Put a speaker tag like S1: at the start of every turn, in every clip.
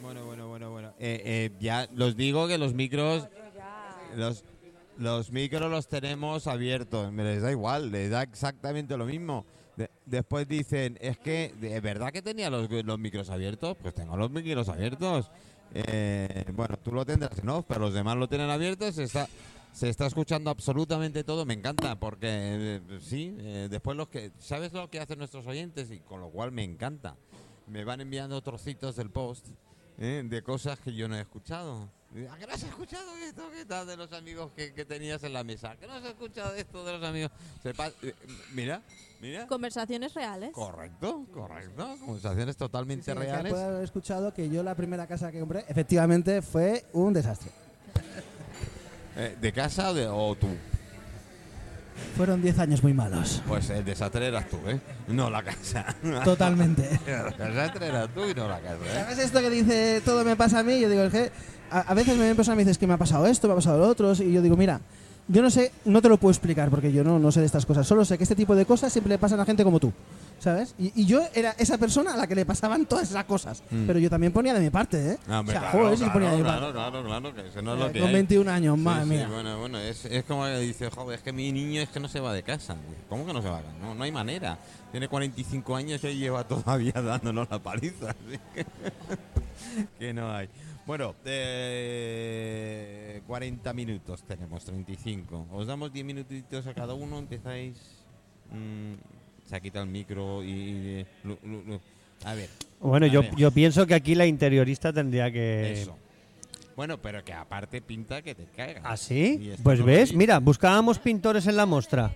S1: Bueno, bueno, bueno, bueno. Eh, eh, ya los digo que los micros, los, los micros los tenemos abiertos. Me les da igual, les da exactamente lo mismo. De- después dicen, es que, ¿de verdad que tenía los, los micros abiertos? Pues tengo los micros abiertos. Eh, bueno, tú lo tendrás en off, pero los demás lo tienen abierto. Se está, se está escuchando absolutamente todo. Me encanta, porque eh, sí, eh, después los que. ¿Sabes lo que hacen nuestros oyentes? Y con lo cual me encanta. Me van enviando trocitos del post eh, de cosas que yo no he escuchado. ¿A qué no has escuchado esto que tal de los amigos que, que tenías en la mesa? ¿A qué no has escuchado esto de los amigos? Se pa- eh, mira, mira.
S2: Conversaciones reales.
S1: Correcto, correcto. Conversaciones totalmente
S3: Sí, que
S1: reales.
S3: puede haber escuchado que yo la primera casa que compré, efectivamente, fue un desastre.
S1: Eh, ¿De casa o, de, o tú?
S3: Fueron 10 años muy malos.
S1: Pues el desastre eras tú, ¿eh? No la casa.
S3: Totalmente.
S1: el desastre eras tú y no la casa, ¿eh?
S3: ¿Sabes esto que dice todo me pasa a mí? Yo digo, es que a, a veces me ven personas y me dices que me ha pasado esto, me ha pasado lo otro, y yo digo, mira, yo no sé, no te lo puedo explicar porque yo no, no sé de estas cosas, solo sé que este tipo de cosas siempre le pasan a gente como tú, ¿sabes? Y, y yo era esa persona a la que le pasaban todas esas cosas, pero yo también ponía de mi parte, ¿eh?
S1: No, Mm. Ah, hombre,
S3: o sea,
S1: claro,
S3: joder, sí
S1: claro,
S3: ponía de mi parte. Eh,
S1: claro, claro, claro, que eso no es lo que
S3: Con
S1: hay.
S3: 21 años,
S1: Sí,
S3: madre
S1: sí,
S3: mía.
S1: Bueno, bueno, es, es como que dice, joder, es que mi niño es que no se va de casa. ¿Cómo que no se va? No, no hay manera. Tiene 45 años y lleva todavía dándonos la paliza. así que, que no hay. Bueno, eh, 40 minutos tenemos, 35. Os damos 10 minutitos a cada uno, empezáis... mm, se ha quitado el micro y... eh, lu- lu- lu- a ver.
S4: Bueno,
S1: a
S4: yo,
S1: ver.
S4: yo pienso que aquí la interiorista tendría que...
S1: Eso. Bueno, pero que aparte pinta que te caigas. Y este
S4: ¿Así?
S1: esto
S4: Pues
S1: no lo
S4: ves,
S1: vi.
S4: mira, buscábamos pintores en la mostra.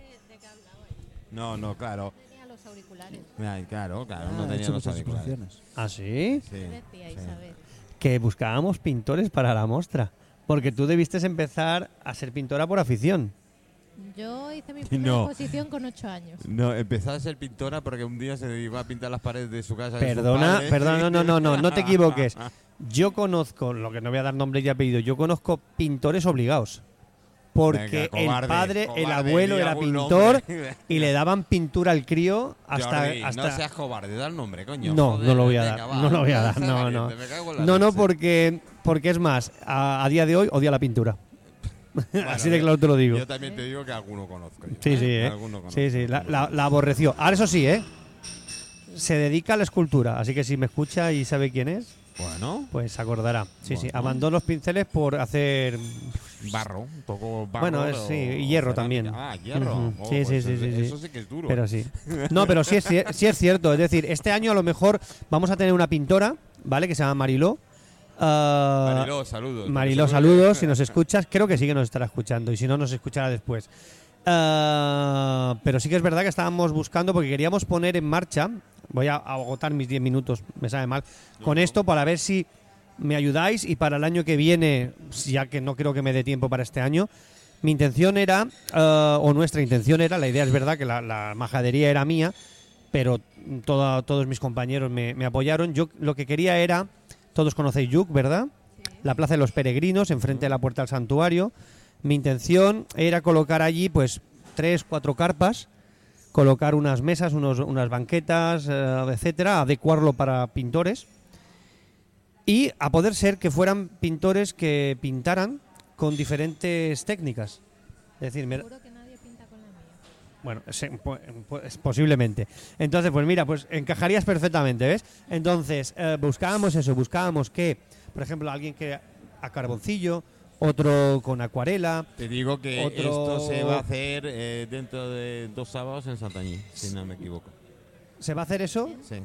S1: No, no, claro.
S5: Tenía los auriculares.
S1: Ay, claro, claro,
S3: Ah,
S1: no
S3: he
S1: tenía
S3: hecho
S1: los
S3: muchas
S1: auriculares.
S3: suposiciones.
S4: ¿Así?
S1: ¿Ah, Sí,
S5: Decía
S1: sí.
S5: Isabel.
S4: Que buscábamos pintores para la mostra. Porque tú debiste empezar a ser pintora por afición.
S5: Yo hice mi primera
S1: No.
S5: exposición con ocho años.
S1: No, empezaba a ser pintora porque un día se iba a pintar las paredes de su casa. de su
S4: Perdona,
S1: padre.
S4: perdona, no, no, no, no, no te equivoques. Yo conozco, lo que no voy a dar nombre y apellido, yo conozco pintores obligados. Porque
S1: Venga, cobarde,
S4: el padre, el
S1: cobarde,
S4: abuelo
S1: di
S4: era
S1: algún
S4: pintor
S1: nombre.
S4: y le daban pintura al crío hasta...
S1: Jordi,
S4: hasta
S1: No seas cobarde, da el nombre, coño.
S4: No,
S1: Joder,
S4: no lo voy a
S1: venga,
S4: dar,
S1: va,
S4: no lo voy a dar,
S1: está
S4: no,
S1: caliente,
S4: no.
S1: me cago en la
S4: No, no,
S1: leche.
S4: porque, porque es más, a, a día de hoy odia la pintura.
S1: Bueno,
S4: Así de
S1: yo-
S4: claro te lo digo.
S1: Yo también te digo que alguno conozco. yo.
S4: Sí, sí, ¿eh?
S1: Alguno conozco.
S4: Sí, sí, la, la- la aborreció. Ahora eso sí, ¿eh? Se dedica a la escultura, así que si me escucha y sabe quién es,
S1: Bueno,
S4: pues se acordará. Sí, sí,
S1: Bueno.
S4: abandonó los pinceles por hacer...
S1: barro, un poco barro.
S4: Bueno, es- sí, y
S1: cerámica.
S4: hierro también.
S1: Ah, hierro.
S4: Ujú.
S1: Oh,
S4: Sí, sí,
S1: pues
S4: sí, sí, sí.
S1: Eso sí que es duro. ¿eh?
S4: Pero sí. No, pero sí es, cier- sí es cierto. Es decir, este año a lo mejor vamos a tener una pintora, ¿vale? Que se llama Mariló. Ah,
S1: Mariló, saludos.
S4: Mariló, saludos. Si nos escuchas, creo que sí que nos estará escuchando. Y si no, nos escuchará después. Ah, pero sí que es verdad que estábamos buscando porque queríamos poner en marcha. Voy a agotar mis 10 minutos, me sabe mal. Con esto para ver si me ayudáis y para el año que viene, ya que no creo que me dé tiempo para este año. Mi intención era, ah, o nuestra intención era, la idea es verdad que la, la majadería era mía, pero toda- todos mis compañeros me, me apoyaron. Yo lo que quería era, todos conocéis Yuk, ¿verdad? La Plaza de los Peregrinos, enfrente de la puerta del santuario. Mi intención era colocar allí, pues, tres, cuatro carpas, colocar unas mesas, unos- unas banquetas, eh, etcétera, adecuarlo para pintores. Y a poder ser que fueran pintores que pintaran con diferentes técnicas. Es decir, me-
S5: Seguro que nadie pinta con la mía.
S4: bueno, se- po- pues, posiblemente. Entonces, pues mira, pues encajarías perfectamente, ¿ves? Entonces, eh, buscábamos eso, buscábamos que, por ejemplo, alguien que a carboncillo, otro con acuarela.
S1: Te digo que
S4: Otro-
S1: esto se va a hacer eh, dentro de dos sábados en Santañí, si no me equivoco.
S4: ¿Se va a hacer eso?
S1: Sí.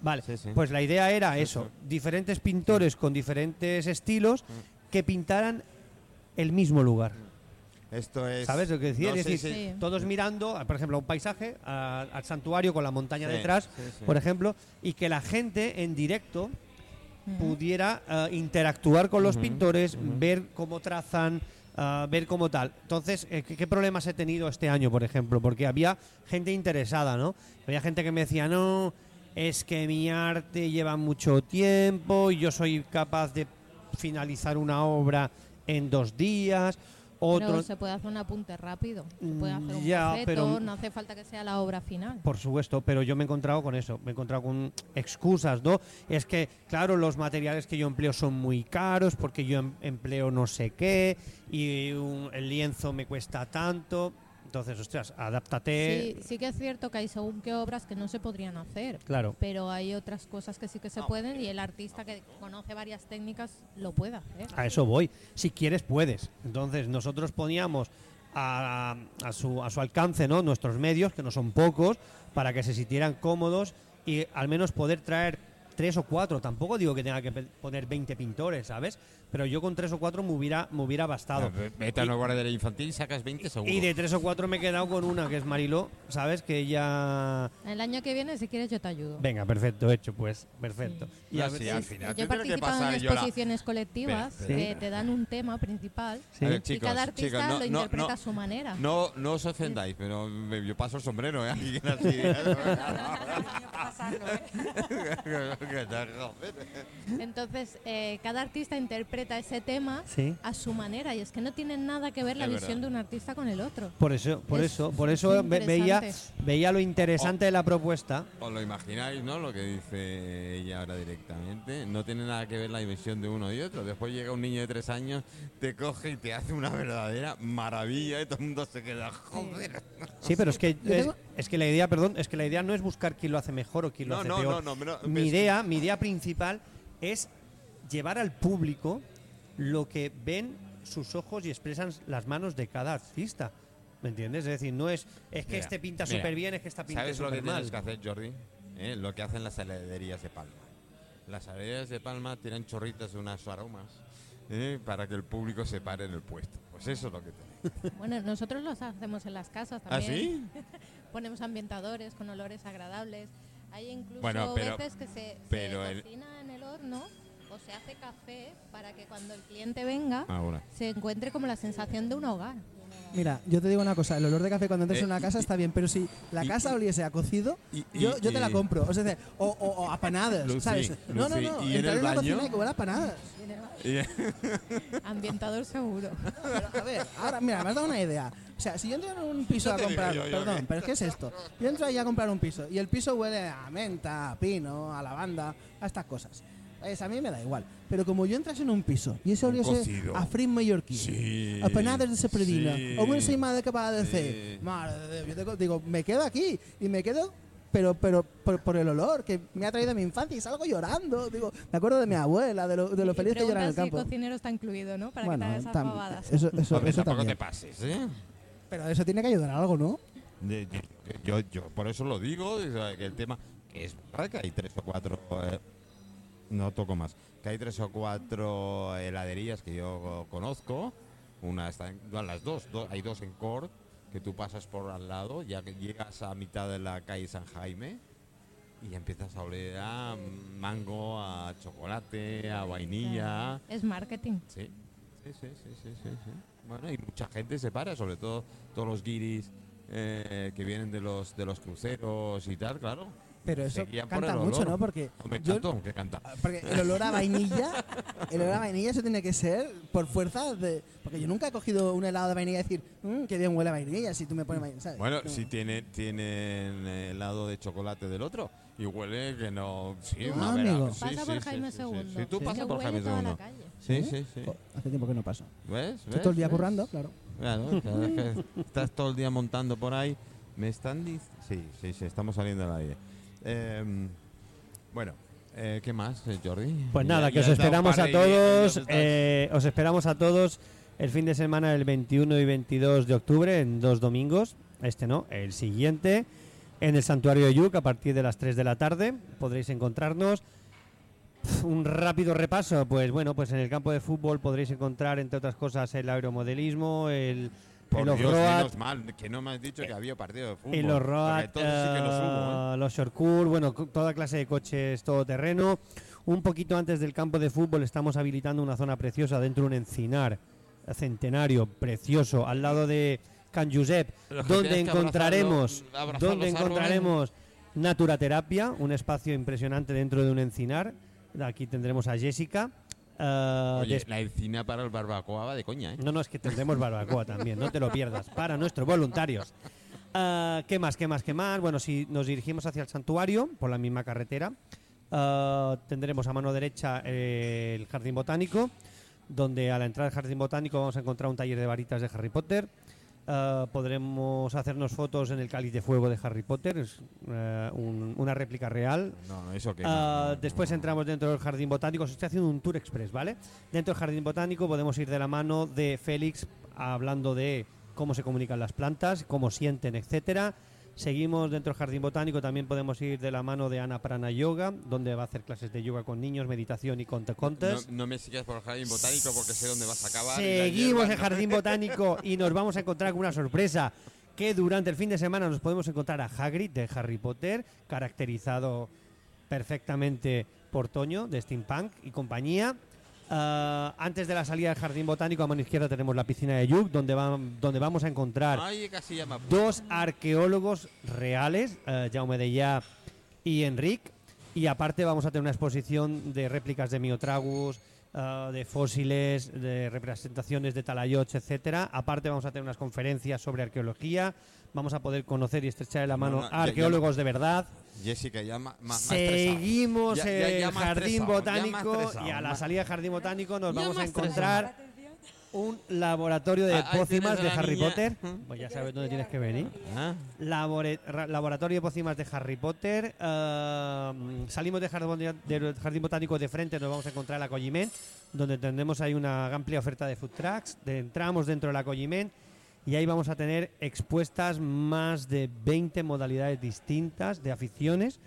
S4: Vale,
S1: Sí, sí.
S4: pues la idea era eso, diferentes pintores con diferentes estilos que pintaran el mismo lugar.
S1: Esto es.
S4: ¿Sabes lo que decía?
S1: pues, No
S4: Es
S1: sé
S4: decir,
S1: si-
S5: Sí.
S4: todos mirando, a, por ejemplo, a un paisaje, a- al santuario con la montaña
S1: Sí,
S4: detrás,
S1: sí, sí.
S4: por ejemplo, y que la gente en directo pudiera eh, interactuar con los pintores, ver cómo trazan, ah, ver cómo tal. Entonces, eh, ¿qué, qué problemas he tenido este año, por ejemplo? Porque había gente interesada, ¿no? Había gente que me decía, no, es que mi arte lleva mucho tiempo, y yo soy capaz de finalizar una obra en dos días.
S5: Pero
S4: otro. Mm,
S5: se puede hacer un apunte rápido. Se puede hacer un
S4: Ya,
S5: boceto,
S4: pero- Pues,
S5: no hace falta que sea la obra final.
S4: Por supuesto, pero yo me he encontrado con eso, me he encontrado con excusas, ¿no? Es que, claro, los materiales que yo empleo son muy caros porque yo em- empleo no sé qué y un- el lienzo me cuesta tanto. Entonces, ostras, adáptate.
S5: Sí, sí que es cierto que hay según qué obras que no se podrían hacer.
S4: Claro.
S5: Pero hay otras cosas que sí que se pueden y el artista que conoce varias técnicas lo puede hacer.
S4: A eso voy. Si quieres, puedes. Entonces, nosotros poníamos a, a su, a su alcance ¿no? nuestros medios, que no son pocos, para que se sintieran cómodos y al menos poder traer tres o cuatro. Tampoco digo que tenga que pe- poner 20 pintores, ¿sabes? Pero yo con tres o cuatro me hubiera, me hubiera bastado.
S1: Vete a una guardería infantil y sacas 20 este seguro.
S4: Y de tres o cuatro me he quedado con una, que es Mariló, ¿sabes? Que ella...
S5: El año que viene, si quieres, yo te ayudo.
S4: Venga, perfecto, hecho, pues, perfecto. Y a
S1: Ah,
S4: ver-
S1: sí,
S5: Sí,
S1: al
S5: sí.
S1: final
S5: yo
S1: tendré que
S5: he participado
S1: pasar
S5: en
S1: yo la-
S5: exposiciones colectivas
S1: Espera,
S5: que te dan un tema principal
S4: Sí.
S1: A ver,
S5: y cada artista
S1: chicos, no-
S5: lo
S1: no-
S5: interpreta
S1: no-
S5: a su manera.
S1: No, no os ofendáis, pero me- yo paso el sombrero, ¿eh? Alguien así.
S5: ¿eh? Entonces, eh, cada artista interpreta ese tema
S4: Sí.
S5: a su manera y es que no tiene nada que ver la
S1: Es
S5: visión
S1: verdad.
S5: de un artista con el otro.
S4: Por eso, por
S5: Es
S4: eso, por eso ve- veía,
S5: interesante.
S4: veía lo
S1: Oh.
S4: interesante de la propuesta.
S1: Os lo imagináis, ¿no? Lo que dice ella ahora directamente. No tiene nada que ver la dimensión de uno y otro. Después llega un niño de tres años, te coge y te hace una verdadera maravilla y todo el mundo se queda, joder.
S4: Sí, pero es que
S3: Yo
S4: es,
S3: tengo-
S4: es que la idea, perdón, es que la idea no es buscar quién lo hace mejor o quién lo
S1: No,
S4: hace
S1: no,
S4: peor.
S1: no, no, no,
S4: mi
S1: es-
S4: idea, mi idea principal es llevar al público lo que ven sus ojos y expresan las manos de cada artista. ¿Me entiendes? Es decir, no es es que
S1: Mira,
S4: este pinta
S1: mira,
S4: súper bien, es que esta pinta
S1: ¿Sabes lo que
S4: súper
S1: tienes
S4: mal.
S1: que hacer, Jordi? ¿Eh? Lo que hacen las heladerías de Palma. Las heladerías de Palma tiran chorritas de unas aromas ¿eh? para que el público se pare en el puesto. Pues eso es lo que tenéis.
S5: Bueno, nosotros los hacemos en las casas
S1: ¿Ah,
S5: también.
S1: sí?
S5: Ponemos ambientadores con olores agradables. Hay incluso
S1: Bueno, pero-
S5: veces que se, se
S1: pero el-
S5: cocina en el horno o se hace café para que cuando el cliente venga
S1: Ahora.
S5: se encuentre como la sensación de un hogar.
S3: Mira, yo te digo una cosa, el olor de café cuando entras
S1: Eh,
S3: en una casa está bien, pero si la
S1: y-
S3: casa oliese a cocido,
S1: y-
S3: yo,
S1: y-
S3: yo te la
S1: y-
S3: compro. O sea, de- o, o- o a panadas,
S1: Lucy,
S3: ¿sabes? no, no,
S1: Lucy,
S3: no,
S1: ¿y en
S3: entrar
S1: el
S3: en una
S1: baño?
S3: cocina y que huela a panadas.
S5: Ambientador seguro.
S3: Pero, a ver, ahora, mira, me has dado una idea. O sea, si yo entro en un piso
S1: Ya
S3: a
S1: te digo
S3: comprar,
S1: yo, yo
S3: perdón,
S1: que-
S3: pero ¿qué es esto? Yo entro ahí a comprar un piso y el piso huele a menta, a pino, a lavanda, a estas cosas. Pues a mí me da igual. Pero como yo entras en un piso y ese
S1: Un
S3: oliese
S1: cocido.
S3: a frín mallorquí,
S1: Sí,
S3: a panadas de sepredina,
S1: sí,
S3: o una madre que va a
S1: sí.
S3: decir, madre de Dios, yo tengo- digo, me quedo aquí y me quedo, pero, pero por, por el olor que me ha traído mi infancia y salgo llorando. Digo, me acuerdo de mi abuela, de lo, de lo
S5: Y
S3: feliz que yo era en el
S5: preguntas si
S3: campo. eh,
S5: cocinero está incluido, ¿no? Para que te hagas esas
S3: tam-
S5: bobadas.
S3: eso, eso,
S1: Hombre, tampoco
S3: eso también.
S1: te pases, ¿eh?
S3: Pero eso tiene que ayudar a algo, ¿no?
S1: De- de- yo, yo por eso lo digo, o sea, que el tema que es verdad que hay tres o cuatro, eh, no toco más, que hay tres o cuatro heladerías que yo conozco, una está en, no, las dos, do- hay dos en Cort, que tú pasas por al lado, ya que llegas a mitad de la calle San Jaime y ya empiezas a oler a mango, a chocolate, a vainilla.
S5: Es marketing.
S1: Sí, sí, sí, sí, sí, sí, sí. Bueno, y mucha gente se para, sobre todo todos los guiris eh, que vienen de los de los cruceros y tal, claro.
S3: Pero eso
S1: Se guían por
S3: canta
S1: el
S3: mucho,
S1: olor.
S3: ¿no? Porque,
S1: Hombre,
S3: yo- Ah,
S1: tanto que canta.
S3: porque el olor a vainilla, el olor a vainilla, eso tiene que ser por fuerza de. Porque yo nunca he cogido un helado de vainilla y decir, mmm, qué bien huele a vainilla si tú me pones vainilla, ¿sabes?
S1: Bueno,
S3: No.
S1: si tiene, tienen helado de chocolate del otro y huele que no. Sí,
S3: Ah,
S1: una vera-
S3: amigo.
S1: sí,
S5: Pasa
S1: sí,
S5: por
S1: sí,
S5: Jaime
S1: sí, sí,
S5: II.
S1: sí. Sí, tú
S5: que
S1: pasas por
S5: huele
S1: Jaime
S5: toda la
S1: II.
S5: calle.
S1: Sí, sí, sí.
S3: Jo, hace tiempo que no paso.
S1: ¿Ves?
S3: Estoy todo el día
S1: ¿Ves?
S3: currando, claro.
S1: Claro, claro, es que estás todo el día montando por ahí. Me están diciendo. Sí, sí, sí, estamos saliendo al aire. Eh, bueno, eh, ¿qué más, eh, Jordi?
S4: Pues
S1: Ya-
S4: nada, que
S1: ya
S4: os
S1: has dado
S4: esperamos
S1: par
S4: a
S1: de ideas,
S4: todos.
S1: nos estás-
S4: eh, os esperamos a todos el fin de semana del 21 y 22 de octubre, en dos domingos. Este no, el siguiente. En el Santuario de Yuc, a partir de las 3 de la tarde, podréis encontrarnos. Pf, Un rápido repaso, pues bueno, pues en el campo de fútbol podréis encontrar, entre otras cosas, el aeromodelismo, el,
S1: Por
S4: el
S1: Dios,
S4: off-road,
S1: menos mal, que no me has dicho que había partido de fútbol.
S4: y los Road,
S1: porque entonces sí que lo subo, ¿eh?
S4: eh, los Shortcourt, bueno, co- toda clase de coches todoterreno. Un poquito antes del campo de fútbol estamos habilitando una zona preciosa dentro de un encinar centenario precioso al lado de Can Josep,
S1: Los que
S4: donde
S1: tienes que
S4: encontraremos,
S1: abrazar los- abrazar
S4: donde
S1: los árboles.
S4: encontraremos Naturaterapia, un espacio impresionante dentro de un encinar. Aquí tendremos a Jessica. Ah,
S1: Oye,
S4: des-
S1: la encina para el barbacoa va de coña, ¿eh?
S4: No, no, es que tendremos barbacoa también, no te lo pierdas, para nuestros voluntarios. Ah, ¿Qué más, qué más, qué más? Bueno, si nos dirigimos hacia el santuario, por la misma carretera, ah, tendremos a mano derecha eh, el jardín botánico, donde a la entrada del jardín botánico vamos a encontrar un taller de varitas de Harry Potter. Ah, podremos hacernos fotos en el cáliz de fuego de Harry Potter, es eh, un- una réplica real
S1: No, no, eso que.
S4: Ah,
S1: no, no,
S4: después
S1: no.
S4: entramos dentro del jardín botánico. Se está haciendo un tour express, ¿vale? Dentro del jardín botánico podemos ir de la mano de Félix hablando de cómo se comunican las plantas, cómo sienten, etcétera. Seguimos dentro del jardín botánico, también podemos ir de la mano de Ana Prana Yoga, donde va a hacer clases de yoga con niños, meditación y conte contes.
S1: No, no me sigas por el jardín botánico porque sé dónde vas a acabar. y la
S4: Seguimos
S1: hierba
S4: el jardín botánico y nos vamos a encontrar con una sorpresa que durante el fin de semana nos podemos encontrar a Hagrid de Harry Potter, caracterizado perfectamente por Toño de Steampunk y compañía. Ah, antes de la salida del jardín botánico a mano izquierda tenemos la piscina de Yuk donde, vam- donde vamos a encontrar
S1: no- Ay, casi llama.
S4: dos arqueólogos reales, eh, Jaume Dellà y Enric. Y aparte vamos a tener una exposición de réplicas de miotragus, eh, de fósiles, de representaciones de talayots, etcétera. Aparte vamos a tener unas conferencias sobre arqueología. Vamos a poder conocer y estrechar la mano
S1: no, ya-
S4: a arqueólogos de verdad.
S1: Jessica, llama. Más,
S4: Seguimos
S1: Ya- ya- ya
S4: el
S1: más
S4: jardín
S1: estresado, ya más
S4: botánico
S1: estresado,
S4: y a la
S1: más-
S4: salida del jardín botánico nos
S1: Ya
S4: vamos a
S1: más estresado.
S4: encontrar un laboratorio de
S1: Ah, ahí
S4: pócimas de
S1: tienes a la
S4: Harry
S1: niña.
S4: Potter.
S1: Ujú.
S4: Pues ya sabes dónde tienes que venir.
S1: ¿Ah?
S4: Labore- ra- laboratorio de pócimas de Harry Potter. eh, salimos de jardín, del jardín botánico de frente, nos vamos a encontrar el acogimiento, donde tendremos ahí una amplia oferta de food trucks. de- entramos dentro del acogimiento y ahí vamos a tener expuestas más de 20 modalidades distintas de aficiones.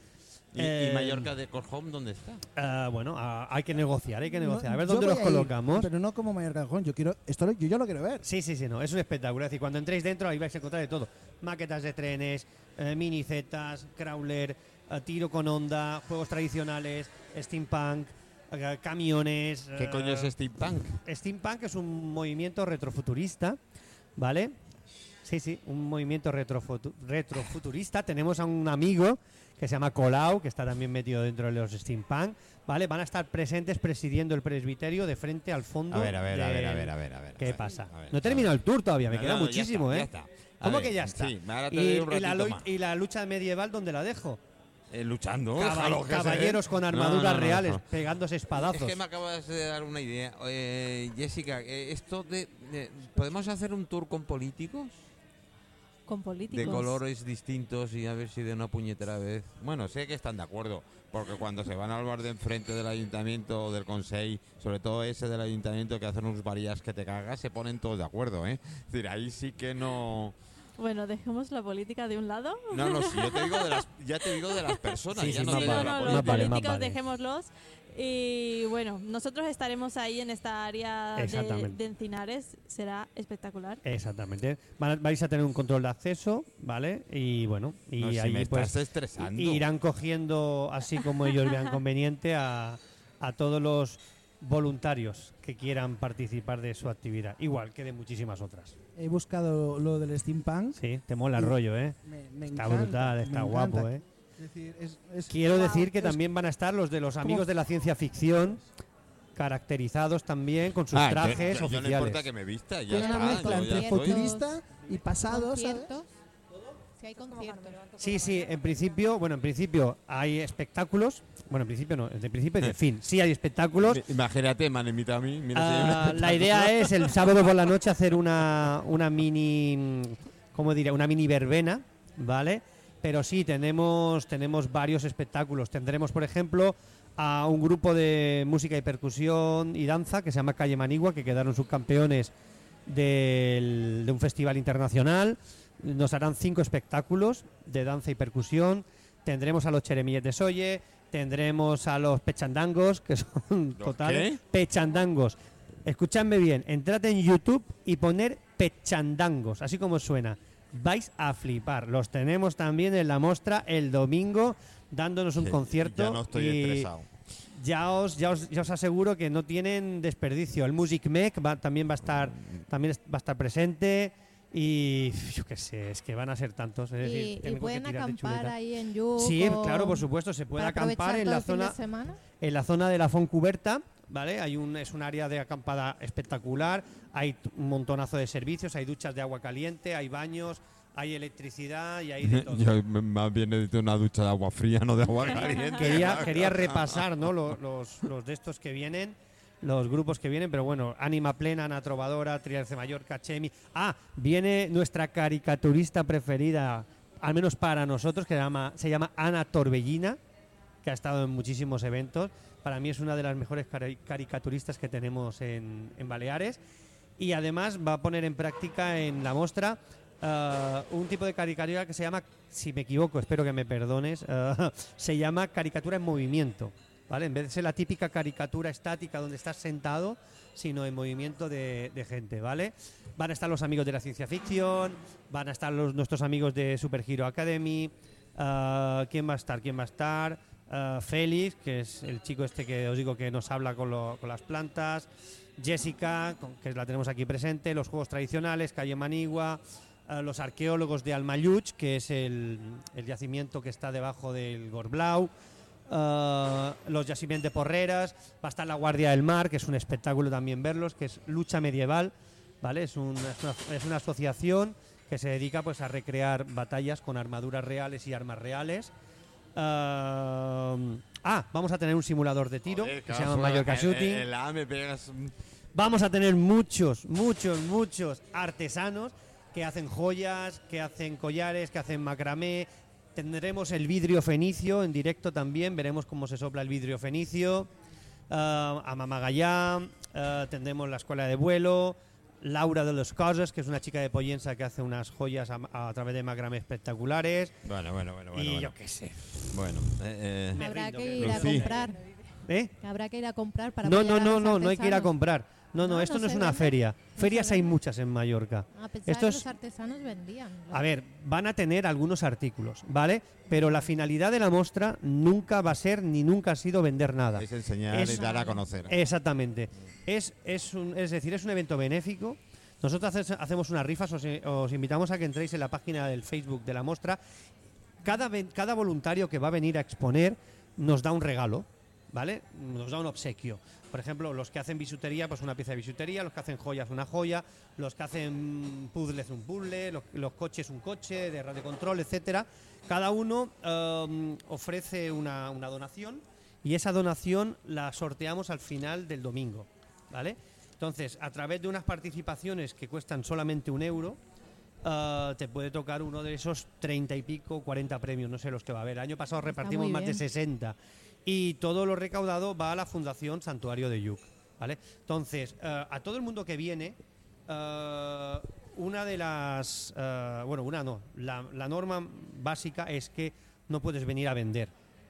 S1: ¿Y,
S4: Eh,
S1: y Mallorca de Corjón dónde está?
S4: eh, bueno, a- hay que negociar, hay que negociar. a ver
S3: Yo
S4: dónde
S3: voy
S4: los
S3: a ir,
S4: colocamos.
S3: pero no como Mayor Cajón. Yo quiero. Esto lo- yo, yo lo quiero ver.
S4: Sí, sí, sí, no, es un espectáculo. Es decir, cuando entréis dentro ahí vais a encontrar de todo. Maquetas de trenes, eh, minicetas, crawler, eh, tiro con onda, juegos tradicionales, steampunk, eh, camiones.
S1: ¿Qué
S4: eh,
S1: coño es Steampunk?
S4: Steampunk es un movimiento retrofuturista, ¿vale? Sí, sí, un movimiento retrofutu- retrofuturista. Tenemos a un amigo que se llama Colau, que está también metido dentro de los steampunk, ¿vale? Van a estar presentes presidiendo el presbiterio de frente al fondo.
S1: A ver, a ver, a
S4: de-
S1: ver, a ver, a ver. A ver
S4: ¿Qué
S1: a ver,
S4: pasa?
S1: a ver,
S4: no he
S1: a ver.
S4: terminado el tour todavía, me
S1: No,
S4: queda
S1: no, ya
S4: muchísimo,
S1: está,
S4: ¿eh?
S1: ya está. A
S4: ¿Cómo
S1: ver,
S4: que ya está?
S1: sí, ahora te
S4: y,
S1: doy un
S4: y la,
S1: ratito
S4: lu-
S1: más.
S4: y la lucha medieval, ¿dónde la dejo?
S1: Eh, luchando.
S4: Caba-
S1: déjalo que se dé.
S4: caballeros con
S1: No,
S4: armaduras
S1: no, no, no,
S4: reales,
S1: no.
S4: pegándose espadazos.
S1: Es que me acabas de dar una idea. Eh, Jessica, eh, esto de, de- ¿Podemos hacer un tour con políticos?
S2: Con políticos.
S1: De colores distintos y a ver si de una puñetera vez. Bueno, sé que están de acuerdo, porque cuando se van al bar de enfrente del ayuntamiento o del consejo, sobre todo ese del ayuntamiento que hacen unos varías que te cagas, se ponen todos de acuerdo, ¿eh? Es decir, ahí sí que no.
S2: Bueno, dejemos la política de un lado.
S1: No, no, sí, yo te digo de las, ya te digo de las personas,
S4: Sí,
S1: ya
S4: sí,
S1: no
S4: más
S1: te
S2: sí,
S1: digo
S2: no,
S1: de la
S4: vale, más
S2: no, los
S1: política.
S4: vale, más
S2: políticos
S4: vale.
S2: dejémoslos. Y bueno, nosotros estaremos ahí en esta área de,
S4: Exactamente.
S2: de Encinares. Será espectacular.
S4: Exactamente. Van a- vais a tener un control de acceso, ¿vale? Y bueno, y
S1: No, si
S4: ahí
S1: me
S4: pues
S1: estás estresando.
S4: i- irán cogiendo así como ellos vean conveniente a, a todos los voluntarios que quieran participar de su actividad, igual que de muchísimas otras.
S3: He buscado lo del steampunk.
S4: Sí, te mola el rollo, ¿eh?
S3: Me, me
S4: Está
S3: encanta,
S4: brutal,
S3: me
S4: está
S3: encanta.
S4: guapo, ¿eh?
S3: Es decir, es- es-
S4: Quiero
S3: wow,
S4: decir que
S3: es-
S4: también van a estar los de los amigos de la ciencia ficción, caracterizados también con sus
S1: Ah, yo- yo-
S4: trajes
S1: yo no
S4: oficiales.
S1: importa que me vista, ya
S3: Tiene
S1: está.
S3: una mezcla
S1: yo ya
S3: entre
S1: estoy.
S3: futurista y pasado, ¿sabes?
S5: conciertos. Si hay conciertos.
S4: Sí, sí, en principio, bueno, en principio hay espectáculos. Bueno, en principio no, en principio
S1: Eh.
S4: y de fin. Sí hay espectáculos.
S1: Mi- Imagínate, me han invitado a mí. Mira, si hay un
S4: Ah, la
S1: espectáculo.
S4: idea es el sábado por la noche hacer una, una mini, mm, ¿cómo diría? Una mini verbena, ¿vale? Pero sí, tenemos, tenemos varios espectáculos. Tendremos, por ejemplo, a un grupo de música y percusión y danza que se llama Calle Manigua, que quedaron subcampeones del- de un festival internacional. Nos harán cinco espectáculos de danza y percusión. Tendremos a los Cheremíes de Soye, tendremos a los Pechangangos, que son
S1: ¿Los
S4: totales.
S1: qué?
S4: Pechangangos. Escuchadme bien, entrad en YouTube y poner Pechandangos, así como suena. Vais a flipar. Los tenemos también en la mostra el domingo, dándonos un
S1: Sí,
S4: concierto.
S1: Ya no estoy
S4: y
S1: estresado.
S4: ya os, ya, os, ya os aseguro que no tienen desperdicio. El Music Mech va- también va a estar también es- va a estar presente y yo qué sé, es que van a ser tantos. Es decir,
S5: Y, y
S4: tengo que
S5: pueden
S4: tirar de
S5: acampar
S4: chuleta.
S5: ahí en Yuc.
S4: Sí,
S5: o-
S4: claro, por supuesto, se puede
S5: para aprovechar
S4: acampar en
S5: todo
S4: la
S5: el fin de
S4: zona
S5: semana.
S4: en la zona de la Foncuberta ¿vale? Hay un, es un área de acampada espectacular, hay t- un montonazo de servicios, hay duchas de agua caliente, hay baños, hay electricidad y hay de todo.
S1: Yo m- más bien necesito una ducha de agua fría, no de agua caliente.
S4: quería, quería repasar ¿no? Lo- los, los de estos que vienen, los grupos que vienen, pero bueno, Ánima Plena, Ana Trovadora, Triarce Mallorca, Chemi. Ah, viene nuestra caricaturista preferida, al menos para nosotros, que se llama, se llama Ana Torbellina, que ha estado en muchísimos eventos. Para mí es una de las mejores cari- caricaturistas que tenemos en, en Baleares. Y además va a poner en práctica en la muestra ah, un tipo de caricatura que se llama, si me equivoco, espero que me perdones, ah, se llama caricatura en movimiento. ¿Vale? En vez de ser la típica caricatura estática donde estás sentado, sino en movimiento de, de gente, ¿vale? Van a estar los amigos de la ciencia ficción, van a estar los, nuestros amigos de Super Hero Academy, ah, ¿quién va a estar? ¿Quién va a estar? Ah, Félix, que es el chico este que os digo que nos habla con, lo- con las plantas, Jessica, con- que la tenemos aquí presente, los juegos tradicionales, Calle Manigua, ah, los arqueólogos de Almayuch, que es el, el yacimiento que está debajo del Gorblau, ah, los yacimientos de Porreras, va a estar la Guardia del Mar, que es un espectáculo también verlos, que es lucha medieval, ¿vale? Es una, es una- es una asociación que se dedica pues a recrear batallas con armaduras reales y armas reales. Ah, ah, vamos a tener un simulador de tiro
S1: Joder,
S4: que se
S1: claro,
S4: llama Mallorca
S1: el-
S4: Shooting.
S1: El, el A me pegas. mm,
S4: Vamos a tener muchos, muchos, muchos artesanos que hacen joyas, que hacen collares, que hacen macramé. Tendremos el vidrio fenicio en directo también, veremos cómo se sopla el vidrio fenicio. Ah, a Mamagallá, ah, tendremos la escuela de vuelo. Laura de los Cosas, que es una chica de Pollensa que hace unas joyas a, a través de macramé espectaculares.
S1: Bueno, bueno, bueno.
S4: y
S1: bueno,
S4: yo
S1: bueno.
S4: qué sé.
S1: Bueno, eh, eh,
S5: Habrá
S4: rindo,
S5: que
S4: me
S5: ir a
S1: rindo. Sí.
S5: comprar.
S4: ¿eh?
S5: Habrá que ir a comprar para
S4: No,
S5: apoyar
S4: no,
S5: a
S4: no,
S5: los
S4: no, no hay que ir a
S5: artesanos.
S4: comprar. No, no,
S5: No,
S4: esto
S5: no
S4: no es
S5: se
S4: una
S5: vende.
S4: feria.
S5: No Ah, se
S4: Ferias hay
S5: vende.
S4: muchos en Mallorca.
S5: A pesar
S4: Esto
S5: que
S4: es-
S5: los artesanos vendían.
S4: A ver, van a tener algunos artículos, ¿vale? Pero la finalidad de la muestra nunca va a ser ni nunca ha sido vender nada.
S1: es enseñar
S4: Es-
S1: y dar a conocer.
S4: Eh, Exactamente. Es, es, un- es decir, es un evento benéfico. Nosotros hace- hacemos unas rifas, os, os invitamos a que entréis en la página del Facebook de la muestra. Cada, ven- cada voluntario que va a venir a exponer nos da un regalo, ¿vale? Nos da un obsequio. Por ejemplo, los que hacen bisutería, pues una pieza de bisutería, los que hacen joyas, una joya, los que hacen puzzles, un puzzle, los, los coches, un coche, de radio control, etcétera. Cada uno em, ofrece una- una donación y esa donación la sorteamos al final del domingo, ¿vale? Entonces, a través de unas participaciones que cuestan solamente un euro, ah, te puede tocar uno de esos treinta y pico, 40 premios, no sé los que va a haber. El año pasado repartimos
S5: muy
S4: más de
S5: bien.
S4: 60 y todo lo recaudado va a la Fundación Santuario de Yuc, ¿vale? Entonces, ah, a todo el mundo que viene, ah, una de las, ah, bueno, una no, la, la norma básica es que no puedes venir a vender,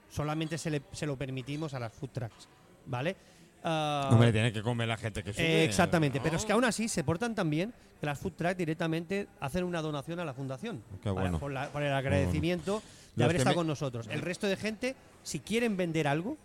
S4: solamente se, le- se lo permitimos a las food trucks, ¿vale? Ah,
S1: Hombre, tiene que comer la gente que sube.
S4: eh, exactamente,
S1: ¿no?
S4: pero es que aún así se portan tan bien que las food trucks directamente hacen una donación a la fundación
S1: Oh, Qué
S4: Para-
S1: bueno. Mm.
S4: por, la- por el agradecimiento de
S1: Los
S4: haber
S1: que
S4: estado
S1: me-
S4: con nosotros. El resto de gente, si quieren vender algo,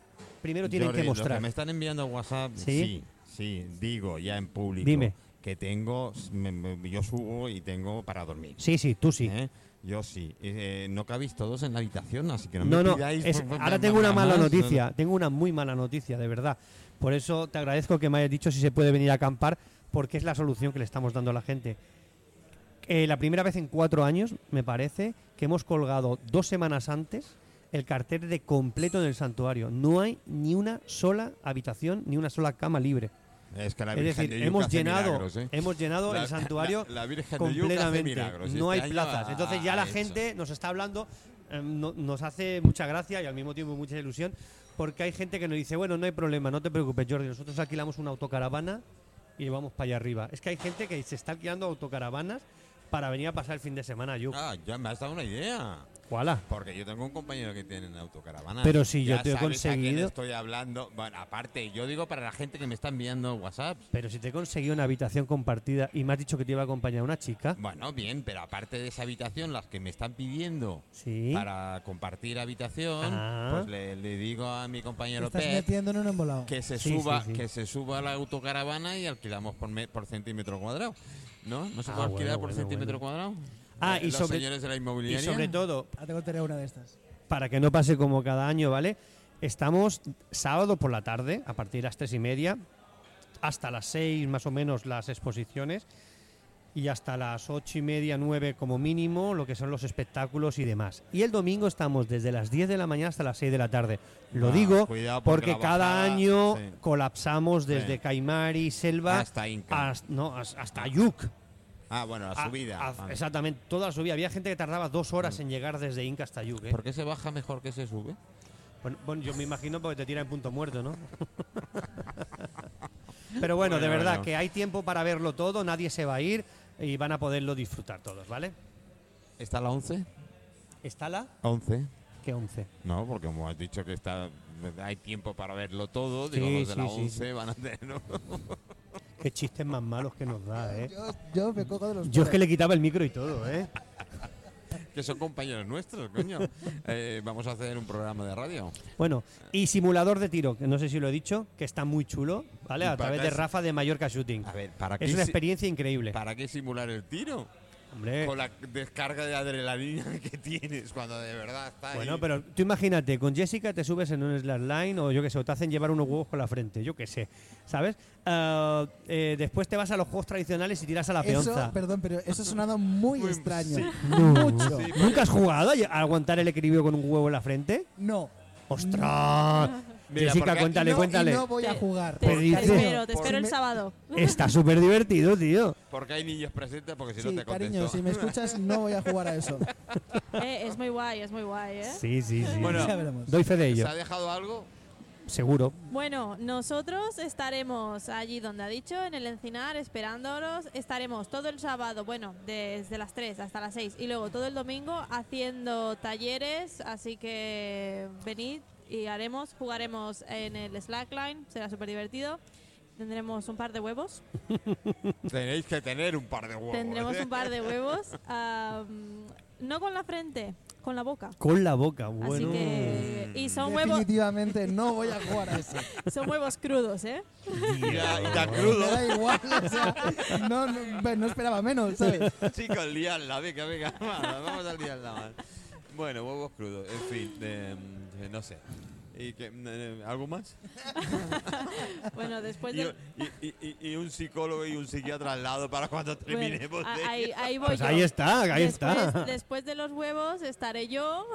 S4: primero tienen
S1: Jordi,
S4: que
S1: los
S4: mostrar.
S1: me están enviando WhatsApp,
S4: Sí.
S1: sí, sí, digo ya en público.
S4: Dime.
S1: Que tengo, me- me- yo subo y tengo para dormir.
S4: Sí, sí, tú sí.
S1: ¿eh? Yo sí. Eh, no cabéis todos en la habitación, así que no,
S4: No,
S1: me
S4: no,
S1: pidáis.
S4: es-
S1: por- por-
S4: ahora tengo una
S1: nada
S4: mala
S1: más.
S4: noticia, tengo una muy mala noticia, de verdad. Por eso te agradezco que me hayas dicho si se puede venir a acampar, porque es la solución que le estamos dando a la gente. Eh, la primera vez en cuatro años, me parece, que hemos colgado dos semanas antes el cartel de completo en el santuario. No hay ni una sola habitación, ni una sola cama libre.
S1: Es que la
S4: es
S1: Virgen
S4: decir,
S1: de Yuca
S4: hemos
S1: hace
S4: llenado,
S1: milagros, ¿eh?
S4: hemos llenado
S1: La-
S4: el santuario
S1: la- la Virgen de Yuca hace
S4: completamente.
S1: milagros.
S4: no hay
S1: Este año
S4: plazas.
S1: ha-
S4: Entonces ya la
S1: ha hecho.
S4: gente nos está hablando, eh, no- nos hace mucha gracia y al mismo tiempo mucha ilusión, porque hay gente que nos dice, bueno, no hay problema, no te preocupes, Jordi, nosotros alquilamos una autocaravana y vamos para allá arriba. Es que hay gente que se está alquilando autocaravanas para venir a pasar el fin de semana a Yuca.
S1: Ah, ya me has dado una idea.
S4: ¡Wala!
S1: Porque yo tengo un compañero que tiene una autocaravana.
S4: Pero si yo
S1: Ya
S4: te he
S1: sabes a quién
S4: conseguido-
S1: estoy hablando. Bueno, aparte, yo digo para la gente que me está enviando WhatsApp.
S4: Pero si te he conseguido una habitación compartida y me has dicho que te iba a acompañar una chica.
S1: Bueno, bien, pero aparte de esa habitación, las que me están pidiendo
S4: Sí.
S1: para compartir habitación,
S4: Ah.
S1: pues le, le digo a mi
S3: Te
S1: compañero
S3: estás
S1: Pep
S3: metiendo en un embolado.
S1: que se
S4: Sí,
S1: suba,
S4: sí, sí.
S1: que se suba a la autocaravana y alquilamos por, me- por centímetro cuadrado. ¿No? ¿No se
S4: Ah,
S1: puede alquilar
S4: bueno,
S1: por
S4: bueno,
S1: centímetro cuadrado?
S4: Ah,
S1: Eh,
S4: y
S1: los
S4: sobre-
S1: señores de la
S4: Y
S1: inmobiliaria.
S4: sobre todo,
S3: Ah, te contaré una de estas.
S4: para que no pase como cada año, ¿vale? Estamos sábado por la tarde, a partir de las tres y media, hasta las seis más o menos las exposiciones y hasta las ocho y media, nueve como mínimo, lo que son los espectáculos y demás. Y el domingo estamos desde las 10 de la mañana hasta las 6 de la tarde. Lo
S1: Ah,
S4: digo
S1: cuidado, porque
S4: porque,
S1: la
S4: cada
S1: bajada-
S4: año
S1: sí.
S4: colapsamos desde
S1: Sí.
S4: Caimari, Selva,
S1: Hasta Inca.
S4: hasta- no, as- hasta Yuc.
S1: Ah, bueno, la
S4: A-
S1: subida.
S4: a-
S1: Vale. Mm.
S4: Exactamente, toda la subida. Había gente que tardaba dos horas en llegar desde Inca hasta Yuc. ¿eh?
S1: ¿Por qué se baja mejor que se sube?
S4: Bueno, bueno, yo me imagino porque te tira en punto muerto, ¿no? Pero bueno, de
S1: Bueno,
S4: verdad
S1: bueno.
S4: que hay tiempo para verlo todo, nadie se va a ir y van a poderlo disfrutar todos, ¿vale?
S1: ¿Está la 11?
S4: ¿Está la?
S1: 11.
S4: ¿Qué 11?
S1: No, porque como has dicho que está, hay tiempo para verlo todo,
S4: Sí,
S1: digo, los de
S4: sí,
S1: la
S4: sí,
S1: 11 van a tener... ¿no?
S4: Qué chistes más malos que nos da, ¿eh?
S3: Yo, yo me cojo de los
S4: Yo es que
S3: pelos.
S4: le quitaba el micro y todo, ¿eh?
S1: que son compañeros nuestros, coño. Eh, vamos a hacer un programa de radio.
S4: Bueno, y simulador de tiro, que no sé si lo he dicho, que está muy chulo, ¿vale?
S1: Y
S4: A
S1: para
S4: través de
S1: atrás-
S4: Rafa de Mallorca Shooting.
S1: A ver, ¿para qué,
S4: Es una
S1: si-
S4: experiencia increíble.
S1: ¿para qué simular el tiro?
S4: Hombre,
S1: Con la descarga de adrenalina que tienes cuando de verdad está ahí.
S4: Bueno, pero tú imagínate, con Jessica te subes en un slackline o yo qué sé, o te hacen llevar unos huevos con la frente, yo qué sé, ¿sabes? Ah, eh, después te vas a los juegos tradicionales y tiras a la
S3: Eso,
S4: peonza.
S3: perdón, pero eso ha sonado muy,
S1: Muy-
S3: extraño.
S1: sí.
S3: Mucho.
S1: Sí, porque-
S4: ¿Nunca has jugado a aguantar el equilibrio con un huevo en la frente?
S3: No.
S4: ¡Ostras!
S1: Mira,
S4: Jessica,
S1: porque-
S4: cuéntale,
S3: no, y
S4: cuéntale.
S3: no voy a
S2: Te-
S3: jugar.
S2: Te,
S4: Pero
S2: te
S4: dice-
S2: espero, te
S1: Por-
S2: espero el
S3: me-
S2: sábado.
S4: Está súper divertido, tío.
S1: Porque hay niños presentes, porque si
S3: Sí,
S1: no te contesto.
S3: cariño, si me escuchas, no voy a jugar a eso.
S2: Eh, es muy guay, es muy guay, ¿eh?
S4: Sí, sí, sí.
S1: Bueno,
S3: ya veremos.
S4: Doy fe de ello,
S1: ¿Se ha dejado algo?
S4: seguro.
S2: Bueno, nosotros estaremos allí donde ha dicho, en el Encinar, esperándolos. Estaremos todo el sábado, bueno, desde las 3 hasta las 6 y luego todo el domingo haciendo talleres, así que venid y haremos, jugaremos en el Slackline, será súper divertido. Tendremos un par de huevos,
S1: Tenéis que tener un par de huevos.
S2: tendremos
S1: ¿eh?
S2: un par de huevos, am, no con la frente, con la boca.
S4: Con la boca, bueno.
S2: Así que y son huevos,
S3: Definitivamente no voy a jugar a eso.
S2: son huevos crudos, ¿eh?
S1: Ya, y tan
S3: Me
S1: crudo.
S3: da igual, o sea, no, no, no esperaba menos, ¿sabes?
S1: Chicos, liarla, venga, venga, va, vamos a liarla más. Bueno, huevos crudos, en fin, eh, eh, no sé. ¿Y qué, eh, ¿Algo más?
S2: Bueno, después
S1: Y,
S2: de
S1: y- y- y un psicólogo y un psiquiatra al lado para cuando
S2: Bueno,
S1: terminemos
S2: a-
S1: de...
S2: ahí, ahí voy
S4: Pues
S2: yo.
S4: ahí está, ahí
S2: después,
S4: está.
S2: Después de los huevos estaré yo.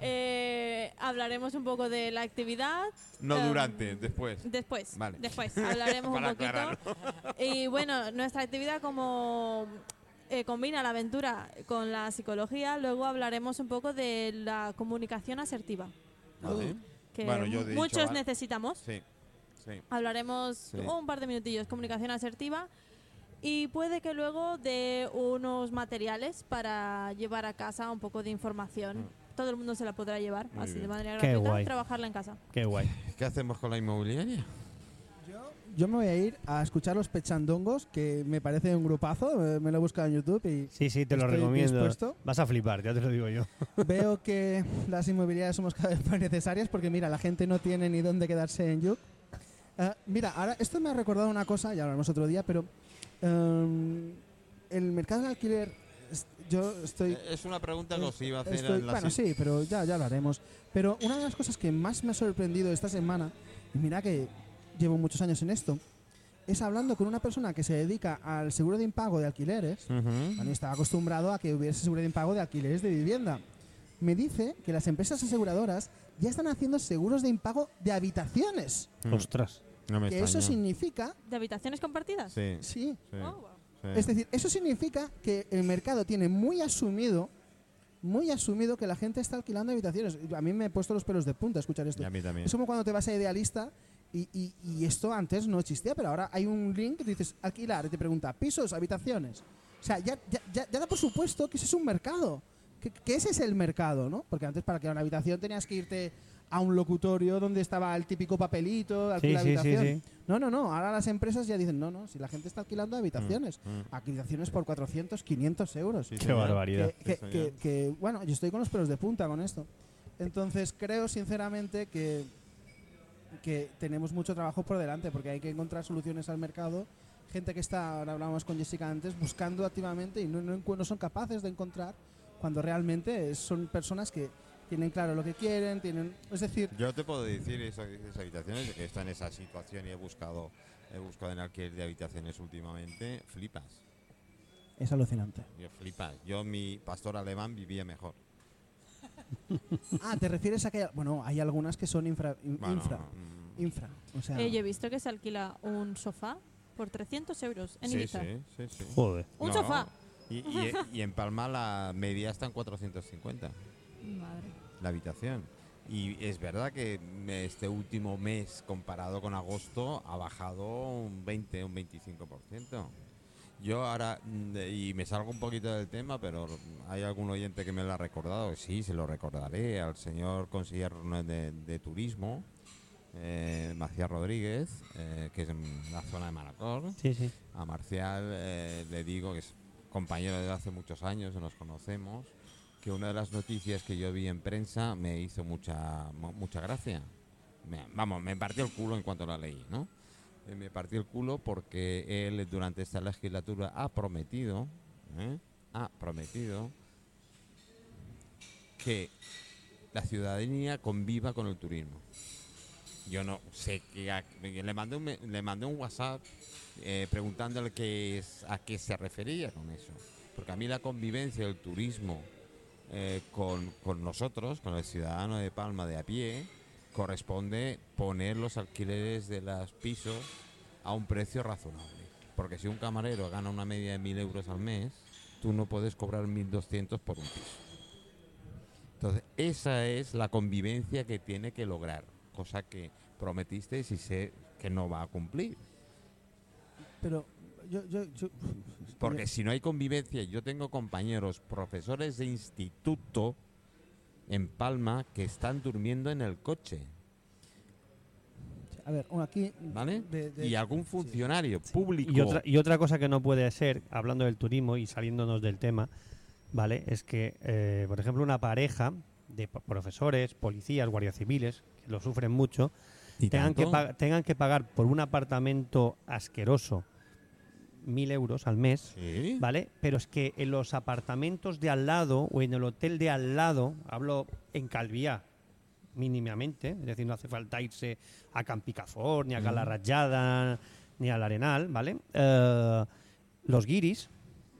S2: Eh, hablaremos un poco de la actividad.
S1: No
S2: Em,
S1: durante, después.
S2: Después,
S1: Vale.
S2: después hablaremos un
S1: Para
S2: poquito. Y bueno, nuestra actividad como eh, combina la aventura con la psicología, luego hablaremos un poco de la comunicación asertiva,
S1: Vale.
S2: que
S1: Bueno, yo
S2: mu-
S1: de dicho,
S2: muchos
S1: vale.
S2: necesitamos.
S1: Sí, sí.
S2: Hablaremos
S1: Sí.
S2: un par de minutillos, comunicación asertiva. Y puede que luego de unos materiales para llevar a casa un poco de información. Todo el mundo se la podrá llevar,
S1: Mm. Muy
S2: así de
S1: bien.
S2: manera
S4: Qué
S2: gratuita,
S4: guay.
S2: trabajarla en casa.
S4: Qué guay.
S1: ¿Qué hacemos con la inmobiliaria?
S3: Yo me voy a ir a escuchar los Pechandongos, que me parece un grupazo, eh, me lo he buscado en YouTube y
S4: Sí, sí, te lo
S3: Estoy
S4: recomiendo.
S3: dispuesto.
S4: Vas a flipar, ya te lo digo yo.
S3: veo que las inmobiliarias somos cada vez más necesarias porque mira, la gente no tiene ni dónde quedarse en Yuk. Eh, mira, ahora esto me ha recordado una cosa, ya hablamos otro día, pero em, el mercado del alquiler, es- yo estoy
S1: Eh, Es una pregunta que
S3: Es-
S1: os iba a hacer
S3: Estoy-
S1: en la
S3: bueno, sí, pero ya, ya hablaremos. Pero una de las cosas que más me ha sorprendido esta semana, y mira que llevo muchos años en esto, es hablando con una persona que se dedica al seguro de impago de alquileres.
S1: Mm. Ujú.
S3: Bueno, estaba acostumbrado a que hubiese seguro de impago de alquileres de vivienda. Me dice que las empresas aseguradoras ya están haciendo seguros de impago de habitaciones.
S1: Mm.
S4: Ostras.
S1: No me
S3: Que eso
S1: extraña.
S3: significa,
S2: ¿De habitaciones compartidas?
S1: Sí, sí,
S3: sí,
S2: Oh, wow.
S1: sí.
S3: Es decir, eso significa que el mercado tiene muy asumido, muy asumido que la gente está alquilando habitaciones. A mí me he puesto los pelos de punta escuchar esto.
S1: Y a mí también.
S3: Es como cuando te vas a Idealista y, y- y esto antes no existía, pero ahora hay un link que dices alquilar y te pregunta pisos, habitaciones. O sea, ya, ya, ya- ya da por supuesto que ese es un mercado, que, que ese es el mercado, ¿no? Porque antes para alquilar una habitación tenías que irte a un locutorio donde estaba el típico papelito, alquilar
S4: sí, sí,
S3: habitación.
S4: sí.
S3: No, no, no. Ahora las empresas ya dicen, no, no, si la gente está alquilando habitaciones,
S1: Mm, mm.
S3: habitaciones por 400, 500 euros.
S1: Sí,
S4: Qué
S1: señor.
S4: barbaridad.
S3: Que, que-
S1: Sí, señor.
S3: que- que, bueno, yo estoy con los pelos de punta con esto. Entonces creo sinceramente que, que tenemos mucho trabajo por delante porque hay que encontrar soluciones al mercado. Gente que está, ahora hablábamos con Jessica antes, buscando activamente y no, no, encu- no son capaces de encontrar cuando realmente son personas que tienen claro lo que quieren, tienen... Es decir,
S1: Yo te puedo decir esas, esas habitaciones que están en esa situación y he buscado, he buscado en alquiler de habitaciones últimamente. Flipas.
S3: es alucinante.
S1: Yo flipas. Yo, mi pastor alemán vivía mejor.
S3: Ah, ¿te refieres a que hay, bueno, hay algunas que son infra, in-
S1: Bueno,
S3: infra,
S1: mm,
S3: infra, o sea,
S2: Eh, yo he visto que se alquila un sofá por 300 euros en
S1: sí,
S2: Ibiza.
S1: sí, sí, sí.
S4: Joder.
S2: Un
S1: No.
S2: sofá.
S1: Y, y- y en Palma la media está en 450,
S5: Madre.
S1: la habitación. Y es verdad que mm, este último mes, comparado con agosto, ha bajado un 20, un 25%. Yo ahora, mm, de- y me salgo un poquito del tema, pero hay algún oyente que me lo ha recordado. Sí, se lo recordaré al señor consejero de, de turismo, eh, Macías Rodríguez, eh, que es en la zona de Manacor.
S4: Sí, sí.
S1: A Marcial eh, le digo que es compañero de hace muchos años, nos conocemos, que una de las noticias que yo vi en prensa me hizo mucha, mu- mucha gracia. Me- vamos, me partió el culo en cuanto la leí, ¿no? Eh, Me partió el culo porque él durante esta legislatura ha prometido, ¿eh? ha prometido que la ciudadanía conviva con el turismo. Yo no sé que a- le mandé un, me- le mandé un WhatsApp eh, preguntándole qué es, a qué se refería con eso, porque a mí la convivencia del turismo eh, con, con nosotros, con el ciudadano de Palma de a pie, corresponde poner los alquileres de los pisos a un precio razonable, porque si un camarero gana una media de mil euros al mes, tú no puedes cobrar 1.200 por un piso. Entonces, esa es la convivencia que tiene que lograr, cosa que prometiste y sé que no va a cumplir.
S3: pero yo, yo, yo-
S1: Porque si no hay convivencia, yo tengo compañeros, profesores de instituto en Palma que están durmiendo en el coche,
S3: a ver, uno aquí
S1: ¿vale?
S3: de- de-
S1: y algún
S3: sí.
S1: funcionario público.
S4: Y otra, y otra cosa que no puede ser, hablando del turismo y saliéndonos del tema, ¿vale? Es que, eh, por ejemplo, una pareja de po- profesores, policías, guardias civiles, que lo sufren mucho,
S1: ¿Y
S4: tengan que,
S1: tanto?
S4: pa- tengan que pagar por un apartamento asqueroso mil euros al mes,
S1: Sí.
S4: ¿vale? Pero es que en los apartamentos de al lado o en el hotel de al lado, hablo en Calviá mínimamente, es decir, no hace falta irse a Campicafor, ni a Galarrayada, ni al Arenal, ¿vale? Eh, los guiris,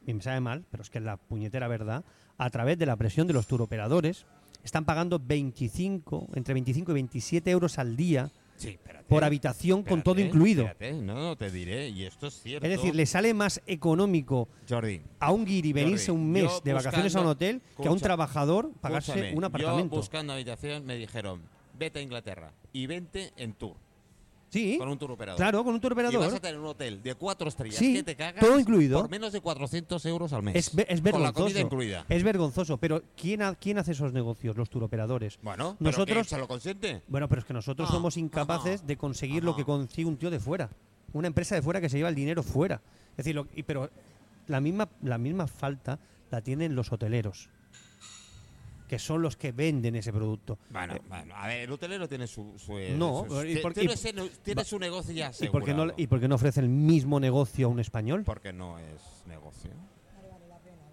S4: y me sabe mal, pero es que es la puñetera verdad, a través de la presión de los turoperadores, están pagando 25, entre 25 y 27 euros al día
S1: Sí, espérate,
S4: por habitación con todo
S1: espérate,
S4: incluido.
S1: espérate, no, no, te diré, y esto es cierto.
S4: Es decir, le sale más económico
S1: Jordi,
S4: a un guiri venirse
S1: Jordi,
S4: un mes
S1: yo
S4: de vacaciones a un
S1: buscando-
S4: hotel que a un
S1: escucha,
S4: trabajador pagarse
S1: escúchame,
S4: un apartamento.
S1: Yo buscando habitación me dijeron, vete a Inglaterra y vente en tour,
S4: sí,
S1: con un tour operador.
S4: claro, con un tour
S1: Y vas
S4: operador.
S1: a tener un hotel de cuatro estrellas
S4: Sí,
S1: que te cagas
S4: todo incluido.
S1: por menos de 400 euros al mes.
S4: Es, ve- es
S1: Con la
S4: vergonzoso. Eh,
S1: comida incluida.
S4: Es vergonzoso, pero ¿quién, ha- ¿quién hace esos negocios? Los turoperadores.
S1: Bueno, ¿pero
S4: nosotros.
S1: que ¿Se lo consiente?
S4: Bueno, pero es que nosotros
S1: Ah,
S4: somos incapaces
S1: ajá,
S4: de conseguir lo
S1: ajá.
S4: que consigue un tío de fuera. Una empresa de fuera que se lleva el dinero fuera. Es decir, lo- y- pero la misma, la misma falta la tienen los hoteleros, que son los que venden ese producto.
S1: Bueno, bueno, a ver, el hotelero tiene su. su eh,
S4: Eh, No,
S1: su-
S4: y
S1: ti-
S4: por-
S1: tiene,
S4: y-
S1: ese ne- tiene
S4: va-
S1: su negocio ya
S4: ¿Y
S1: asegurado.
S4: por, qué no, ¿Y por qué no ofrece el mismo negocio a un español?
S1: Porque no es negocio.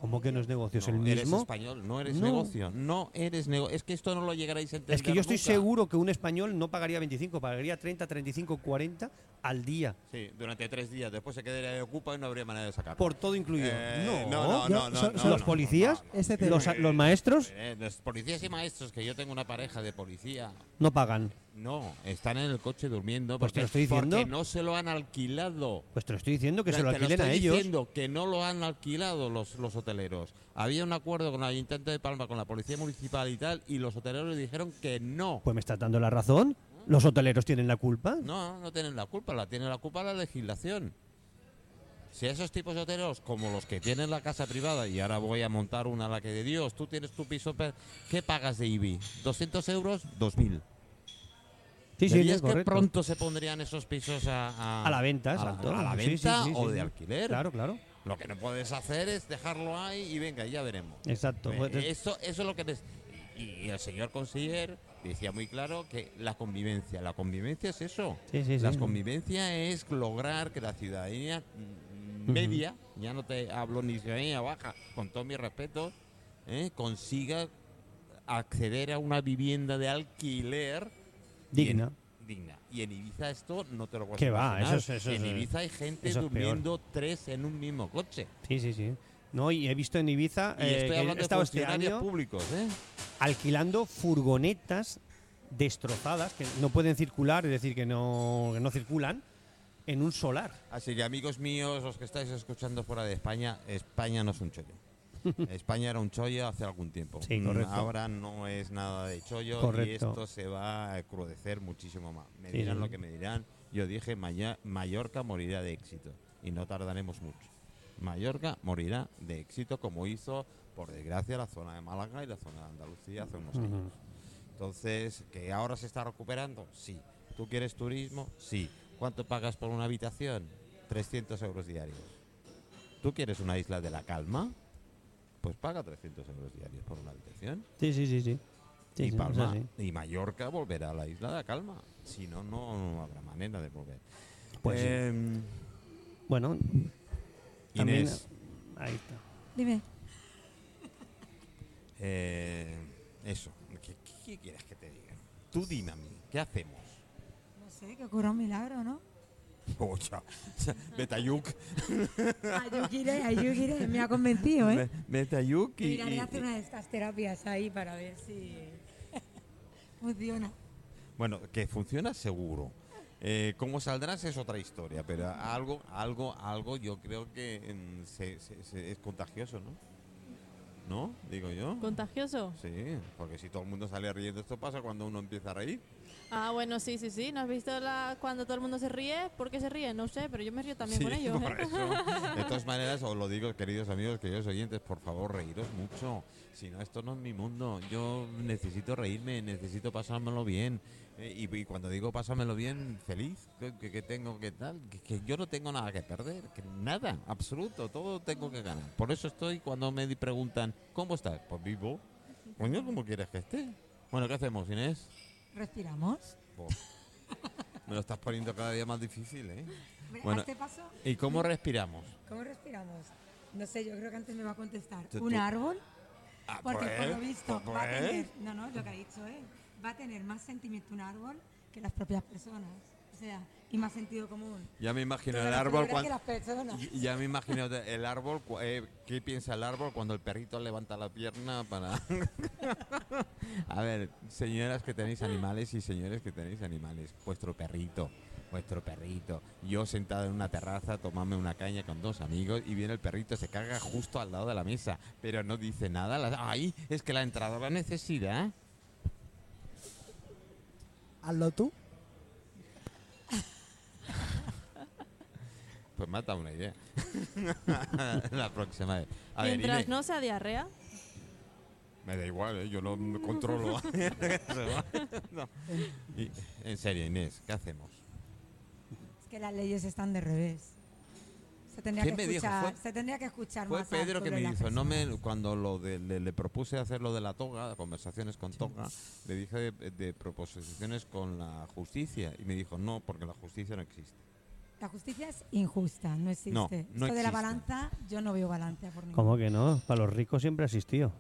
S4: ¿Cómo que no es negocio? ¿Es
S1: No,
S4: el
S1: Eres
S4: mismo?
S1: español, no eres
S4: No.
S1: negocio. No eres negocio. Es que esto no lo llegaréis a entender.
S4: Es que yo estoy
S1: nunca.
S4: seguro que un español no pagaría 25, pagaría 30, 35, 40 al día.
S1: Sí, durante tres días. Después se quedaría ocupado y no habría manera de sacarlo.
S4: Por todo incluido.
S1: Eh, no,
S4: no.
S1: no,
S3: Yo-
S1: no, no,
S3: so-
S1: no,
S3: so-
S1: no,
S4: los
S1: no,
S4: policías,
S1: no, no.
S3: este tema.
S4: los, los maestros,
S1: Eh, los policías y maestros, que yo tengo una pareja de policía
S4: no pagan.
S1: No, están en el coche durmiendo
S4: Pues
S1: porque,
S4: te lo estoy diciendo.
S1: porque no se lo han alquilado.
S4: Pues te lo estoy diciendo que se lo
S1: Te
S4: alquilen
S1: estoy
S4: a ellos.
S1: diciendo que no lo han alquilado los, los hoteleros. Había un acuerdo con el Ayuntamiento de Palma, con la Policía Municipal y tal, y los hoteleros dijeron que no.
S4: Pues me estás dando la razón. Los hoteleros tienen la culpa.
S1: No, no tienen la culpa, la tiene la culpa la legislación. Si esos tipos de hoteleros, como los que tienen la casa privada, y ahora voy a montar una a la que de Dios, tú tienes tu piso, pe- ¿qué pagas de IBI? ¿200 euros? 2.000.
S4: Sí, sí,
S1: ¿Dirías
S4: es
S1: que
S4: correcto.
S1: pronto se pondrían esos pisos a,
S4: A la venta,
S1: a la,
S4: exacto.
S1: a la
S4: Sí, sí,
S1: venta
S4: sí, sí,
S1: o
S4: sí.
S1: de alquiler?
S4: Claro, claro.
S1: Lo que no puedes hacer es dejarlo ahí y venga, ya veremos.
S4: Exacto.
S1: Eh,
S4: Pues, eh,
S1: eso, eso es lo que les- y, y el señor conseller decía muy claro que la convivencia, la convivencia es eso.
S4: Sí, sí, sí.
S1: la convivencia es lograr que la ciudadanía mm, media, ya no te hablo ni ciudadanía baja, con todo mi respeto, eh, consiga acceder a una vivienda de alquiler y en-
S4: Digna.
S1: digna. Y en Ibiza esto no te lo puedes
S4: ¿Qué va?
S1: imaginar.
S4: Eso es- eso
S1: En
S4: es-
S1: Ibiza hay gente
S4: eso es peor.
S1: durmiendo tres en un mismo coche.
S4: Sí, sí, sí. No, y he visto en Ibiza.
S1: Y
S4: eh,
S1: estoy
S4: que
S1: hablando
S4: he
S1: de
S4: estado este
S1: funcionarios
S4: año
S1: públicos, ¿eh?
S4: alquilando furgonetas destrozadas que no pueden circular, es decir, que no, que no circulan, en un solar.
S1: Así que amigos míos, los que estáis escuchando fuera de España, España no es un chollo. España era un chollo hace algún tiempo.
S4: Sí,
S1: Mm,
S4: correcto.
S1: Ahora no es nada de chollo y
S4: Correcto.
S1: esto se va a crudecer muchísimo más. Me
S4: Sí,
S1: dirán
S4: sí.
S1: lo que me dirán. Yo dije, Maya- Mallorca morirá de éxito y no tardaremos mucho. Mallorca morirá de éxito como hizo, por desgracia, la zona de Málaga y la zona de Andalucía hace unos años. Entonces, ¿que ahora se está recuperando? Sí. ¿Tú quieres turismo? Sí. ¿Cuánto pagas por una habitación? 300 euros diarios. ¿Tú quieres una isla de la calma? Pues paga 300 euros diarios por una habitación.
S4: Sí, sí, sí, sí.
S1: y Palma y Mallorca volverá a la isla de la calma. Si no, no, no habrá manera de volver.
S4: Pues sí.
S1: Em,
S4: Bueno, también-
S1: Inés,
S4: ahí está.
S6: Dime.
S1: eh, eso. ¿Qué, ¿Qué quieres que te diga? Tú dime a mí, ¿qué hacemos?
S6: No sé, que ocurra un milagro, ¿no?
S1: Ocha, Betayuk.
S6: Ayukire, Ayukire, me ha convencido, ¿eh?
S1: Betayuk y-
S6: Miraré
S1: y-
S6: a hacer una de estas terapias ahí para ver si funciona.
S1: Bueno, que funciona seguro. Eh, ¿Cómo saldrás es otra historia? Pero algo, algo, algo yo creo que mm, se- se- se- es contagioso, ¿no? ¿No? Digo yo.
S2: ¿Contagioso?
S1: Sí, porque si todo el mundo sale riendo, esto pasa cuando uno empieza a reír.
S2: Ah, bueno, sí, sí, sí. ¿No has visto la, cuando todo el mundo se ríe? ¿Por qué se ríe? No sé, pero yo me río también
S1: Sí,
S2: con ellos.
S1: por
S2: ¿eh?
S1: eso. De todas maneras, os lo digo, queridos amigos, queridos oyentes, por favor, reíros mucho. Si no, esto no es mi mundo. Yo necesito reírme, necesito pasármelo bien. Eh, y, y cuando digo pasármelo bien, feliz, que, que- que tengo que tal, que, que yo no tengo nada que perder, que nada, absoluto, todo tengo que ganar. Por eso estoy cuando me di- preguntan, ¿cómo estás? Pues vivo. Coño, ¿cómo quieres que esté? Bueno, ¿qué hacemos, Inés?
S6: ¿Respiramos?
S1: Bo. Me lo estás poniendo cada día más difícil, ¿eh?
S6: Hombre,
S1: Bueno.
S6: ¿A este paso?
S1: ¿Y cómo respiramos?
S6: ¿Cómo respiramos? No sé, yo creo que antes me va a contestar.
S1: Tú-
S6: ¿Un
S1: tú-
S6: árbol?
S1: Ah,
S6: Porque por lo
S1: pues,
S6: visto
S1: pues,
S6: va a tener,
S1: pues.
S6: no, no, es lo que ha dicho, ¿eh? va a tener más sentimiento un árbol que las propias personas. O sea, y más sentido común.
S1: Ya me imagino
S6: Todas
S1: el
S6: las
S1: árbol
S6: figuras
S1: cuando.
S6: que las personas.
S1: Ya me imagino de- el árbol. cu- eh, ¿Qué piensa el árbol cuando el perrito levanta la pierna para.? A ver, señoras que tenéis animales y señores que tenéis animales, vuestro perrito, vuestro perrito. Yo sentado en una terraza tomándome una caña con dos amigos y viene el perrito, se caga justo al lado de la mesa, pero no dice nada. la- ¡Ay! Es que la ha entrado la necesidad.
S3: Hazlo tú.
S1: Pues mata una idea. la próxima vez. A ver,
S2: Mientras
S1: Inés.
S2: no sea diarrea.
S1: Me da igual, ¿eh? yo lo controlo. No. Y- en serio, Inés, ¿qué hacemos?
S6: Es que las leyes están de revés. Se tendría
S1: ¿Quién me
S6: que
S1: dijo?
S6: escuchar,
S1: Fue-
S6: se tendría que escuchar
S1: Fue
S6: más. al
S1: Pedro que
S6: pueblo
S1: me
S6: y las
S1: dijo, no me,
S6: personas.
S1: cuando lo de- le, le propuse hacer lo de la toga, conversaciones con toga, le dije de, de proposiciones con la justicia y me dijo, no, porque la justicia no existe.
S6: La justicia es injusta, no existe.
S1: No, no
S6: Esto de la
S1: existe.
S6: balanza, yo no veo balanza por ningún
S4: ¿Cómo que no? Para los ricos siempre ha existido.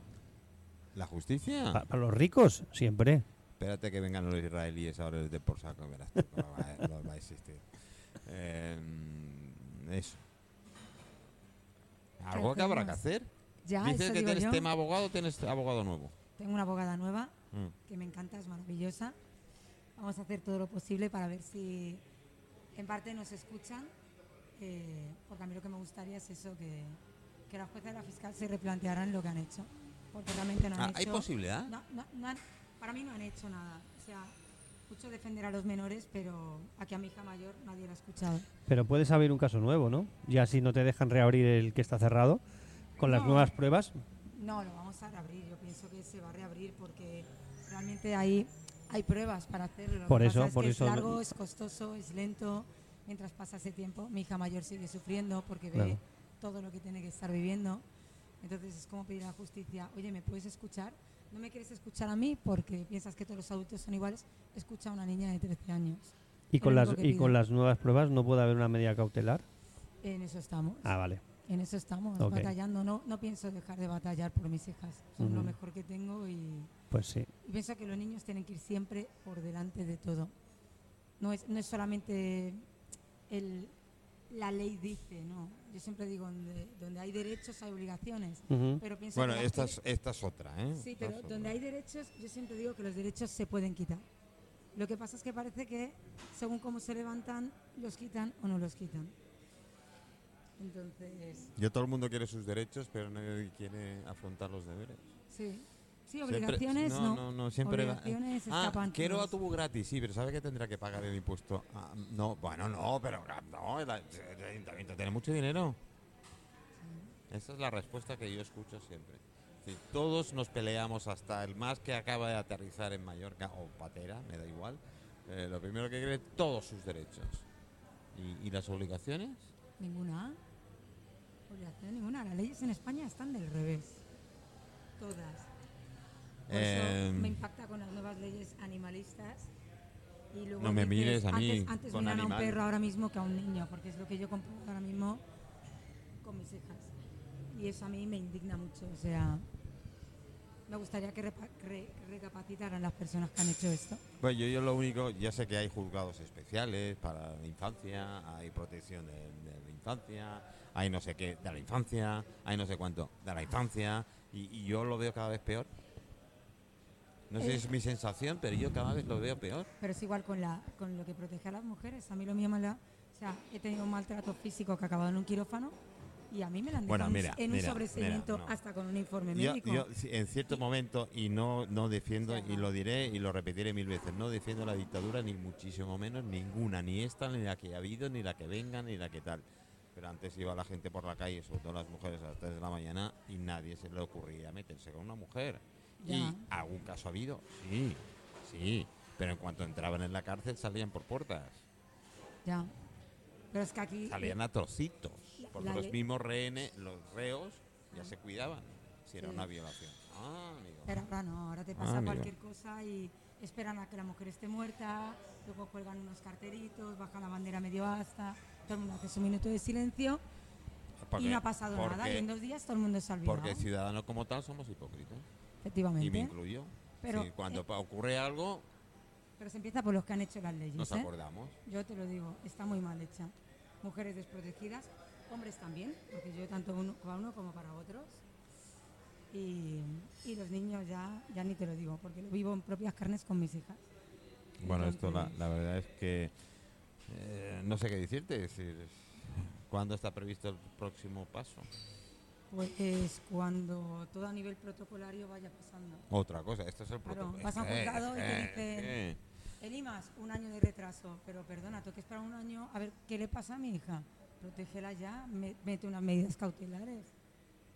S1: ¿La justicia?
S4: Pa- para los ricos siempre.
S1: Espérate que vengan los israelíes ahora desde por saco, verás tú cómo va, no va a existir. Em, eso. Algo que habrá que hacer.
S6: Ya,
S1: Dices
S6: eso
S1: que
S6: digo
S1: tienes
S6: yo.
S1: tema abogado, tienes abogado nuevo.
S6: Tengo una abogada nueva
S1: Mm.
S6: que me encanta, es maravillosa. Vamos a hacer todo lo posible para ver si en parte nos escuchan, eh, porque a mí lo que me gustaría es eso, que, que la jueza y la fiscal se replantearan lo que han hecho, porque realmente no han
S1: Ah,
S6: hecho...
S1: ¿Hay posibilidad?
S6: no- no- no han- para mí no han hecho nada. O sea, mucho defender a los menores, pero aquí a mi hija mayor nadie la ha escuchado.
S4: Pero puedes abrir un caso nuevo, ¿no? Ya si no te dejan reabrir el que está cerrado, con las
S6: No.
S4: nuevas pruebas.
S6: No, lo vamos a reabrir. Yo pienso que se va a reabrir porque realmente ahí hay pruebas para hacerlo. Lo que
S4: Por eso,
S6: pasa es
S4: por
S6: que
S4: eso-
S6: Es largo, es costoso, es lento. Mientras pasa ese tiempo, mi hija mayor sigue sufriendo porque ve
S4: Claro.
S6: todo lo que tiene que estar viviendo. Entonces es como pedir a la justicia, oye, ¿me puedes escuchar? ¿No me quieres escuchar a mí porque piensas que todos los adultos son iguales? Escucha a una niña de 13 años.
S4: Y
S6: Lo
S4: con,
S6: único
S4: las,
S6: que
S4: y
S6: pido.
S4: con las nuevas pruebas no puede haber una medida cautelar.
S6: En eso estamos.
S4: Ah, vale.
S6: En eso estamos,
S4: Ok.
S6: batallando. No, no pienso dejar de batallar por mis hijas. Son lo
S4: Ujú.
S6: mejor que tengo y,
S4: Pues sí.
S6: y pienso que los niños tienen que ir siempre por delante de todo. No es, no es solamente el, la ley dice, no. Yo siempre digo, donde, donde hay derechos hay obligaciones.
S4: Ujú.
S6: Pero pienso
S1: Bueno,
S6: que las
S1: esta
S6: que-
S1: es, esta es otra, ¿eh?
S6: Sí,
S1: Esta
S6: pero
S1: es otra.
S6: donde hay derechos, yo siempre digo que los derechos se pueden quitar. Lo que pasa es que parece que según cómo se levantan, los quitan o no los quitan. Entonces,
S1: Yo todo el mundo quiere sus derechos, pero nadie quiere afrontar los deberes.
S6: sí. Sí,
S1: Siempre-
S6: obligaciones
S1: no,
S6: no.
S1: no, no, siempre va-
S6: Obligaciones
S1: Ah,
S6: escapan
S1: quiero
S6: todas.
S1: autobús gratis, sí, pero ¿sabe que tendrá que pagar el impuesto? Ah, no, bueno, no, pero ah, no, el, el ayuntamiento tiene mucho dinero. Esa es la respuesta que yo escucho siempre. Sí, todos nos peleamos hasta el más que acaba de aterrizar en Mallorca o Patera, me da igual. eh, lo primero que cree todos sus derechos. ¿Y, y las obligaciones?
S6: Ninguna. Obligación ninguna. Las leyes en España están del revés. Todas. Por
S1: Eh,
S6: eso Pues me impacta con las nuevas leyes animalistas. Y luego
S1: No me
S6: dices,
S1: mires a mí
S6: Antes, antes
S1: con
S6: miran a
S1: animal.
S6: un perro ahora mismo que a un niño, porque es lo que yo compro ahora mismo con mis hijas. Y eso a mí me indigna mucho. O sea, me gustaría que repa- re- recapacitaran las personas que han hecho esto.
S1: Bueno, yo, yo lo único, ya sé que hay juzgados especiales para la infancia, hay protección de, de la infancia, hay no sé qué de la infancia, hay no sé cuánto de la infancia, y, y yo lo veo cada vez peor. No sé si es mi sensación, pero yo cada vez lo veo peor.
S6: Pero es igual con, la, con lo que protege a las mujeres. A mí lo mío me la... O sea, he tenido un maltrato físico que ha acabado en un quirófano y a mí me la han
S1: Bueno,
S6: dejado en-
S1: mira,
S6: en
S1: mira,
S6: un sobreseimiento
S1: mira, no.
S6: hasta con un informe
S1: Yo,
S6: médico.
S1: yo, sí, en cierto momento, y no, no defiendo, y lo diré y lo repetiré mil veces, no defiendo la dictadura, ni muchísimo menos ninguna, ni esta, ni la que ha habido, ni la que venga, ni la que tal. Pero antes iba la gente por la calle, sobre todo las mujeres, a las 3 de la mañana, y nadie se le ocurría meterse con una mujer.
S6: Ya.
S1: ¿Y algún caso ha habido? Sí, sí. Pero en cuanto entraban en la cárcel, salían por puertas.
S6: Ya. Pero es que aquí...
S1: Salían a trocitos.
S6: La-
S1: Porque
S6: la
S1: los
S6: ley-
S1: mismos rehenes, los reos, ya se cuidaban si era
S6: Sí.
S1: una violación. Ah, amigo.
S6: Pero ahora no, ahora te pasa
S1: Ah, mira.
S6: cualquier cosa y esperan a que la mujer esté muerta, luego cuelgan unos carteritos, bajan la bandera medio asta, todo el mundo hace su minuto de silencio y no ha pasado nada. Y en dos días todo el mundo se ha olvidado.
S1: Porque ciudadanos como tal somos hipócritas. Y me
S6: efectivamente.
S1: incluyo.
S6: Pero,
S1: Sí, cuando
S6: eh,
S1: pa- ocurre algo,
S6: Pero se empieza por los que han hecho las leyes.
S1: nos
S6: ¿eh?
S1: acordamos.
S6: Yo te lo digo, está muy mal hecha. Mujeres desprotegidas, hombres también, porque yo tanto uno, para uno como para otros. Y, y los niños ya, ya ni te lo digo, porque lo vivo en propias carnes con mis hijas.
S1: Bueno, esto la,
S6: Entonces-
S1: la verdad es que eh, no sé qué decirte. es decir, es- ¿Cuándo está previsto el próximo paso?
S6: Pues es cuando todo a nivel protocolario vaya pasando.
S1: Otra cosa, esto es el
S6: Claro,
S1: protocolo.
S6: vas a un
S1: Eh,
S6: juzgado y te
S1: eh,
S6: dicen-
S1: eh.
S6: El IMAS, un año de retraso, pero perdona, tengo que esperar un año a ver qué le pasa a mi hija. Protégela ya, me- mete unas medidas cautelares.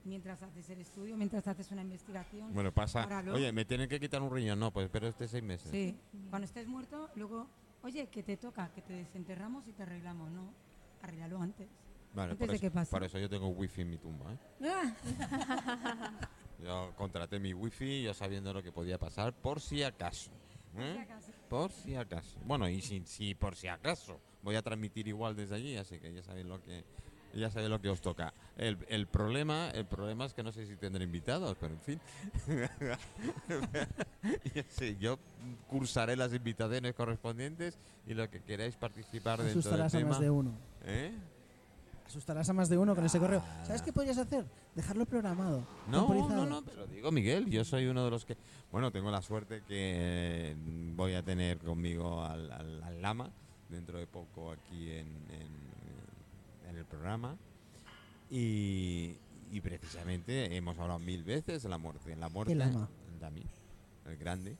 S6: Mientras haces el estudio, mientras haces una investigación.
S1: Bueno, pasa.
S6: Páralo.
S1: Oye, me tienen que quitar un riñón. No, pues espero este seis meses.
S6: Sí, cuando estés muerto, luego, oye, que te toca, que te desenterramos y te arreglamos, ¿no? Arreglalo antes.
S1: Vale,
S6: antes
S1: por,
S6: de
S1: eso,
S6: que pase.
S1: por eso yo tengo wifi en mi tumba. ¿eh? Ah. Yo contraté mi wifi, yo sabiendo lo que podía pasar, por si acaso. ¿eh? Por si acaso. Bueno, y si, si por si acaso. Voy a transmitir igual desde allí, así que ya sabéis lo que ya sabéis lo que os toca. El, el problema, el problema es que no sé si tendré invitados, pero en fin. Ya sé, yo cursaré las invitaciones correspondientes y lo que queráis participar dentro del
S3: Asustarás a
S1: tema.
S3: más de uno.
S1: ¿Eh?
S3: Asustarás a más de uno con ese correo.
S1: Ah.
S3: ¿Sabes qué podrías hacer? Dejarlo programado.
S1: No,
S3: temporizado.
S1: no, no, pero digo Miguel, yo soy uno de los que, bueno, tengo la suerte que eh, voy a tener conmigo al, al- al lama dentro de poco aquí en, en- en el programa y, y precisamente hemos hablado mil veces de la muerte, en la muerte,
S3: lama?
S1: el Dami, el grande.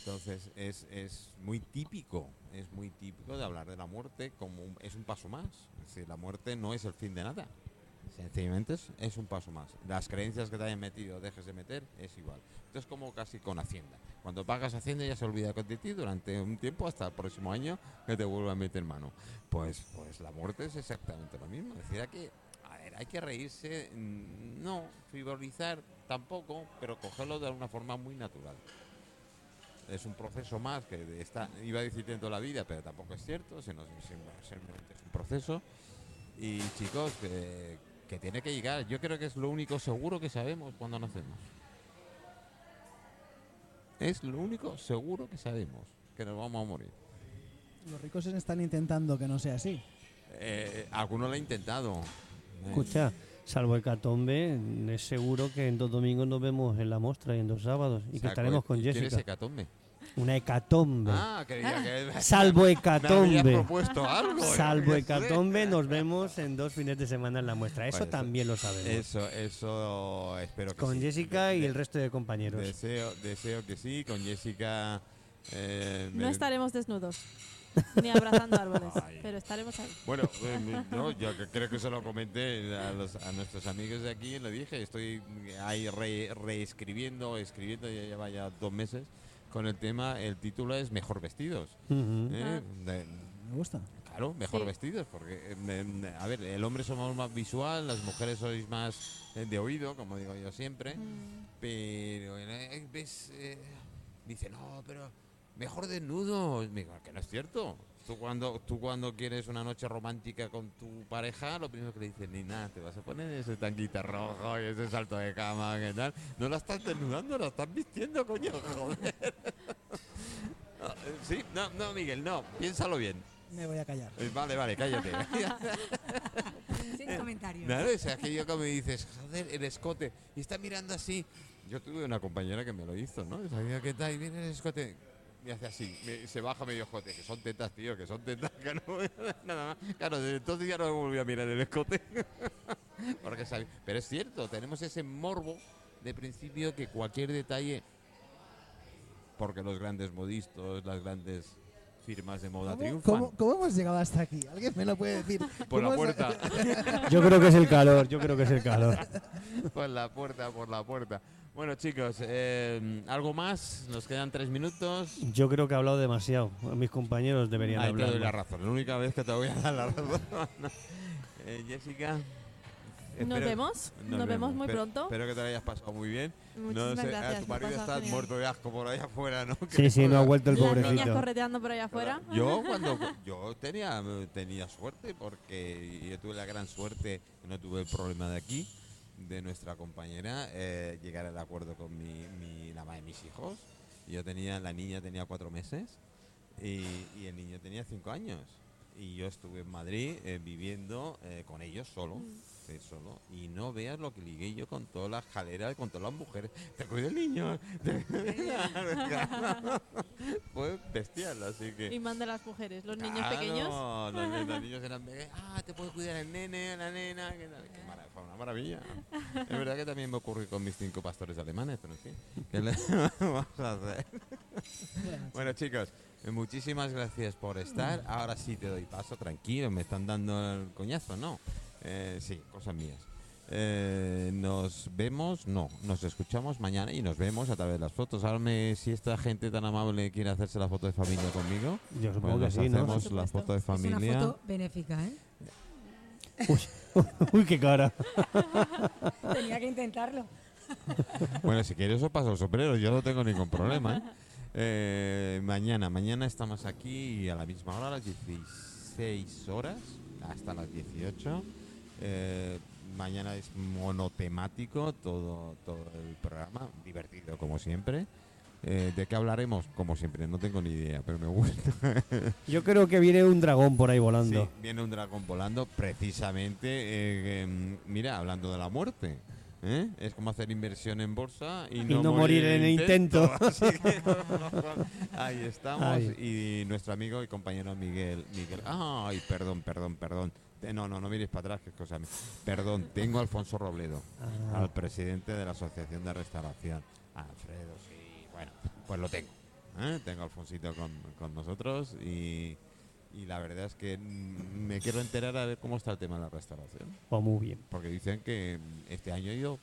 S1: Entonces es, es muy típico, es muy típico de hablar de la muerte como un- es un paso más. Es decir, la muerte no es el fin de nada. Sencillamente es, es un paso más. Las creencias que te hayan metido, dejes de meter, es igual. Esto es como casi con Hacienda. Cuando pagas Hacienda ya se olvida de ti durante un tiempo hasta el próximo año que te vuelva a meter mano. Pues, pues la muerte es exactamente lo mismo. Es decir, hay que, a ver, hay que reírse, mm, no, frivolizar tampoco, pero cogerlo de una forma muy natural. Es un proceso más que de- está, iba a decir toda la vida, pero tampoco es cierto, sino simplemente es un proceso. Y chicos, que, que tiene que llegar. Yo creo que es lo único seguro que sabemos cuando nacemos. Es lo único seguro que sabemos, que nos vamos a morir.
S3: Los ricos están intentando que no sea así.
S1: Eh, alguno lo ha intentado. Eh,
S4: Escucha, salvo el catombe, es seguro que en dos domingos nos vemos en la mostra y en dos sábados y que
S1: saco-
S4: estaremos con
S1: ¿y quién es
S4: Jessica.
S1: Hecatombe?
S4: Una hecatombe.
S1: Ah, creía que
S4: Salvo
S1: me habías
S4: hecatombe.
S1: propuesto algo. yo
S4: Salvo
S1: qué sé.
S4: hecatombe, nos vemos en dos fines de semana en la muestra. Eso
S1: Vale, eso-
S4: también lo sabemos.
S1: Eso, eso espero que
S4: con
S1: sí.
S4: Jessica
S1: De-
S4: y
S1: de-
S4: el resto de compañeros.
S1: Deseo, deseo que sí, con Jessica. eh,
S2: No
S1: me-
S2: estaremos desnudos, ni abrazando árboles,
S1: Ay.
S2: pero estaremos ahí.
S1: Bueno, eh, me- no, yo que- creo que se lo comenté a, los- a nuestros amigos de aquí, le dije, estoy ahí re- reescribiendo, escribiendo, ya lleva ya dos meses con el tema, el título es Mejor Vestidos.
S4: Ujú.
S1: ¿eh?
S2: Ah.
S1: De-
S3: Me gusta.
S1: Claro, mejor
S2: Sí.
S1: vestidos, porque, em, em, a ver, el hombre somos más visual, las mujeres sois más eh, de oído, como digo yo siempre, pero eh, ves, eh, dice, no, pero mejor desnudo, Me digo, que no es cierto. Tú cuando, tú cuando quieres una noche romántica con tu pareja, lo primero que le dices, ni nada, te vas a poner ese tanguita rojo y ese salto de cama, que tal. No la estás desnudando, la estás vistiendo, coño, joder. No, eh, sí, no, no, Miguel, no, piénsalo bien.
S3: Me voy a callar.
S1: Eh, Vale, vale, cállate.
S6: Sin comentarios.
S1: Claro, es aquello que me dices, joder, el escote. Y está mirando así. Yo tuve una compañera que me lo hizo, ¿no? Sabía que tal, y viene el escote. Y hace así, me- se baja medio escote, que son tetas, tío, que son tetas, que no, nada más. Claro, desde entonces ya no volví a mirar el escote. Porque sabía- Pero es cierto, tenemos ese morbo de principio que cualquier detalle, porque los grandes modistas, las grandes firmas de moda
S3: ¿Cómo,
S1: triunfan.
S3: cómo- cómo hemos llegado hasta aquí? ¿Alguien me lo puede decir?
S1: Por la
S3: ¿Cómo es-
S1: puerta.
S4: Yo creo que es el calor, yo creo que es el calor.
S1: Por la puerta, por la puerta. Bueno, chicos, eh, ¿algo más? Nos quedan tres minutos.
S4: Yo creo que he hablado demasiado. Mis compañeros deberían
S1: Ahí te
S4: hablar.
S1: doy la
S4: más.
S1: razón. La única vez que te voy a dar la razón. Eh, Jessica.
S2: Nos
S1: espero-
S2: vemos, nos, vemos, muy
S1: Espero-
S2: pronto.
S1: Espero que te lo hayas pasado muy bien.
S2: Muchísimas
S1: no sé,
S2: gracias.
S1: a tu
S2: me
S1: marido
S2: he pasado
S1: está
S2: genial.
S1: muerto de asco por ahí afuera, ¿no?
S4: Sí, sí, no ha vuelto el
S2: Las niñas
S4: pobrecito.
S2: correteando por allá afuera.
S1: Yo cuando yo tenía tenía suerte porque yo tuve la gran suerte, no tuve el problema de aquí, de nuestra compañera, eh, llegar al acuerdo con mi, mi- la madre de mis hijos. Yo tenía, la niña tenía cuatro meses y, y el niño tenía cinco años. Y yo estuve en Madrid eh, viviendo eh, con ellos solo,
S2: Mm.
S1: eh, solo. Y no veas lo que ligué yo con todas las jaleras, con todas las mujeres. Te cuido el niño. Fue bestial, así que...
S2: Y manda a las mujeres, los niños
S1: Claro,
S2: pequeños.
S1: Los, los niños eran pequeños. Ah, te puedes cuidar el nene, la nena. ¿qué tal? Qué mara- fue una maravilla. Es verdad que también me ocurrió con mis cinco pastores alemanes, pero en fin. ¿Qué le vamos a hacer? Bueno, chicos, eh, muchísimas gracias por estar. Ahora sí te doy paso, tranquilo. Me están dando el coñazo, ¿no? Eh, sí, cosas mías. Eh, nos vemos, no, nos escuchamos mañana y nos vemos a través de las fotos. Ahora me- si esta gente tan amable quiere hacerse la foto de familia conmigo,
S4: Yo
S1: pues
S4: supongo que
S1: nos
S4: sí, ¿no?
S1: hacemos la foto de
S6: Es una
S1: familia.
S6: foto benéfica, ¿eh?
S4: Uy, qué cara.
S6: Tenía que intentarlo.
S1: Bueno, si quieres os paso el sombrero, yo no tengo ningún problema. ¿eh? Eh, mañana, mañana estamos aquí a la misma hora, a las 16 horas, hasta las 18. Eh, mañana es monotemático todo, todo el programa, divertido como siempre. Eh, ¿De qué hablaremos? Como siempre, no tengo ni idea, pero me gusta.
S4: Yo creo que viene un dragón por ahí volando.
S1: Sí, viene un dragón volando precisamente, eh, em, mira, hablando de la muerte. ¿eh? Es como hacer inversión en bolsa y no,
S4: no morir en el intento.
S1: Así que, ahí estamos. Y nuestro amigo y compañero Miguel. Miguel. Ay, perdón, perdón, perdón. Eh, No, no, no mires para atrás, que es cosa mía. Perdón, tengo a Alfonso Robledo,
S4: Ah.
S1: al presidente de la Asociación de Restauración. Alfredo, sí, bueno, pues lo tengo. ¿eh? Tengo a Alfonsito con, con nosotros y, y la verdad es que mm, me quiero enterar a ver cómo está el tema de la restauración.
S4: Oh, muy bien.
S1: Porque dicen que mm, este año ha ido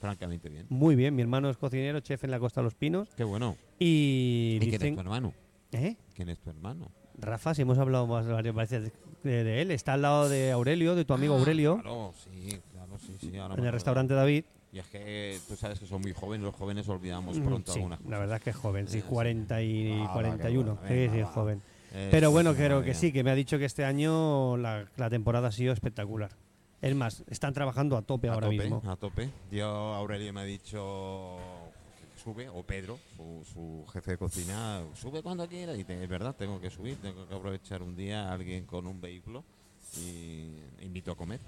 S1: francamente bien.
S4: Muy bien, mi hermano es cocinero, chef en la Costa de los Pinos.
S1: Qué bueno.
S4: Y,
S1: ¿Y quién es tu
S4: dicen...
S1: hermano?
S4: ¿Eh?
S1: ¿Quién es tu hermano?
S4: Rafa, si hemos hablado más varias veces de, de él, está al lado de Aurelio, de tu amigo Aurelio,
S1: Ah, Claro, sí, claro, sí, sí. ahora me
S4: en el
S1: acuerdo.
S4: restaurante David.
S1: Y es que tú sabes que son muy jóvenes, los jóvenes olvidamos
S4: Mm,
S1: pronto
S4: sí,
S1: algunas cosas.
S4: la verdad es que es joven, sí,
S1: Sí, sí.
S4: 40 y
S1: Ah, va, qué
S4: 41,
S1: bueno,
S4: sí,
S1: venga,
S4: sí, es
S1: va.
S4: joven.
S1: Eh,
S4: Pero
S1: sí,
S4: bueno,
S1: sí,
S4: creo
S1: madre
S4: que
S1: mía.
S4: sí, que me ha dicho que este año la, la temporada ha sido espectacular. Es más, están trabajando a tope
S1: a
S4: ahora
S1: tope,
S4: mismo.
S1: A tope. Yo, Aurelio me ha dicho que sube, o Pedro, su, su jefe de cocina, sube cuando quiera. Y te- es verdad, tengo que subir, tengo que aprovechar un día a alguien con un vehículo y invito a comer.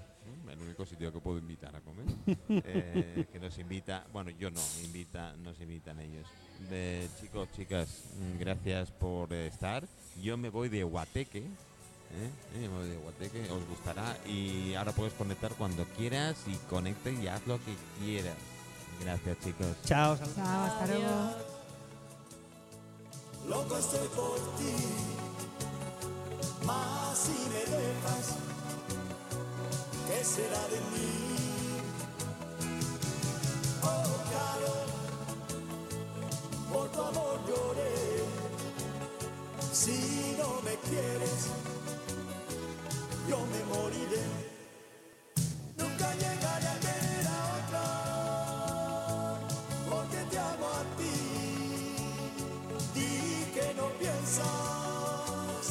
S1: ¿no? El único sitio que puedo invitar a comer. Eh, que nos invita, bueno, yo no, invita, nos invitan ellos. De, chicos, chicas, mm, gracias por eh, estar. Yo me voy de Guateque, ¿Eh? Eh, me voy de Guateque, os gustará y ahora puedes conectar cuando quieras y conecta y haz lo que quieras. Gracias chicos.
S4: Chao, saludos.
S6: Chao, hasta luego.
S7: Loco estoy por ti, más si me dejas, ¿qué será de mí? Oh, Carol, por tu amor lloré, si no me quieres, yo me moriré. Nunca llegaré a querer a otro, porque te amo a ti. Di que no piensas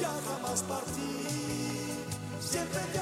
S7: ya jamás partir, siempre te Oh,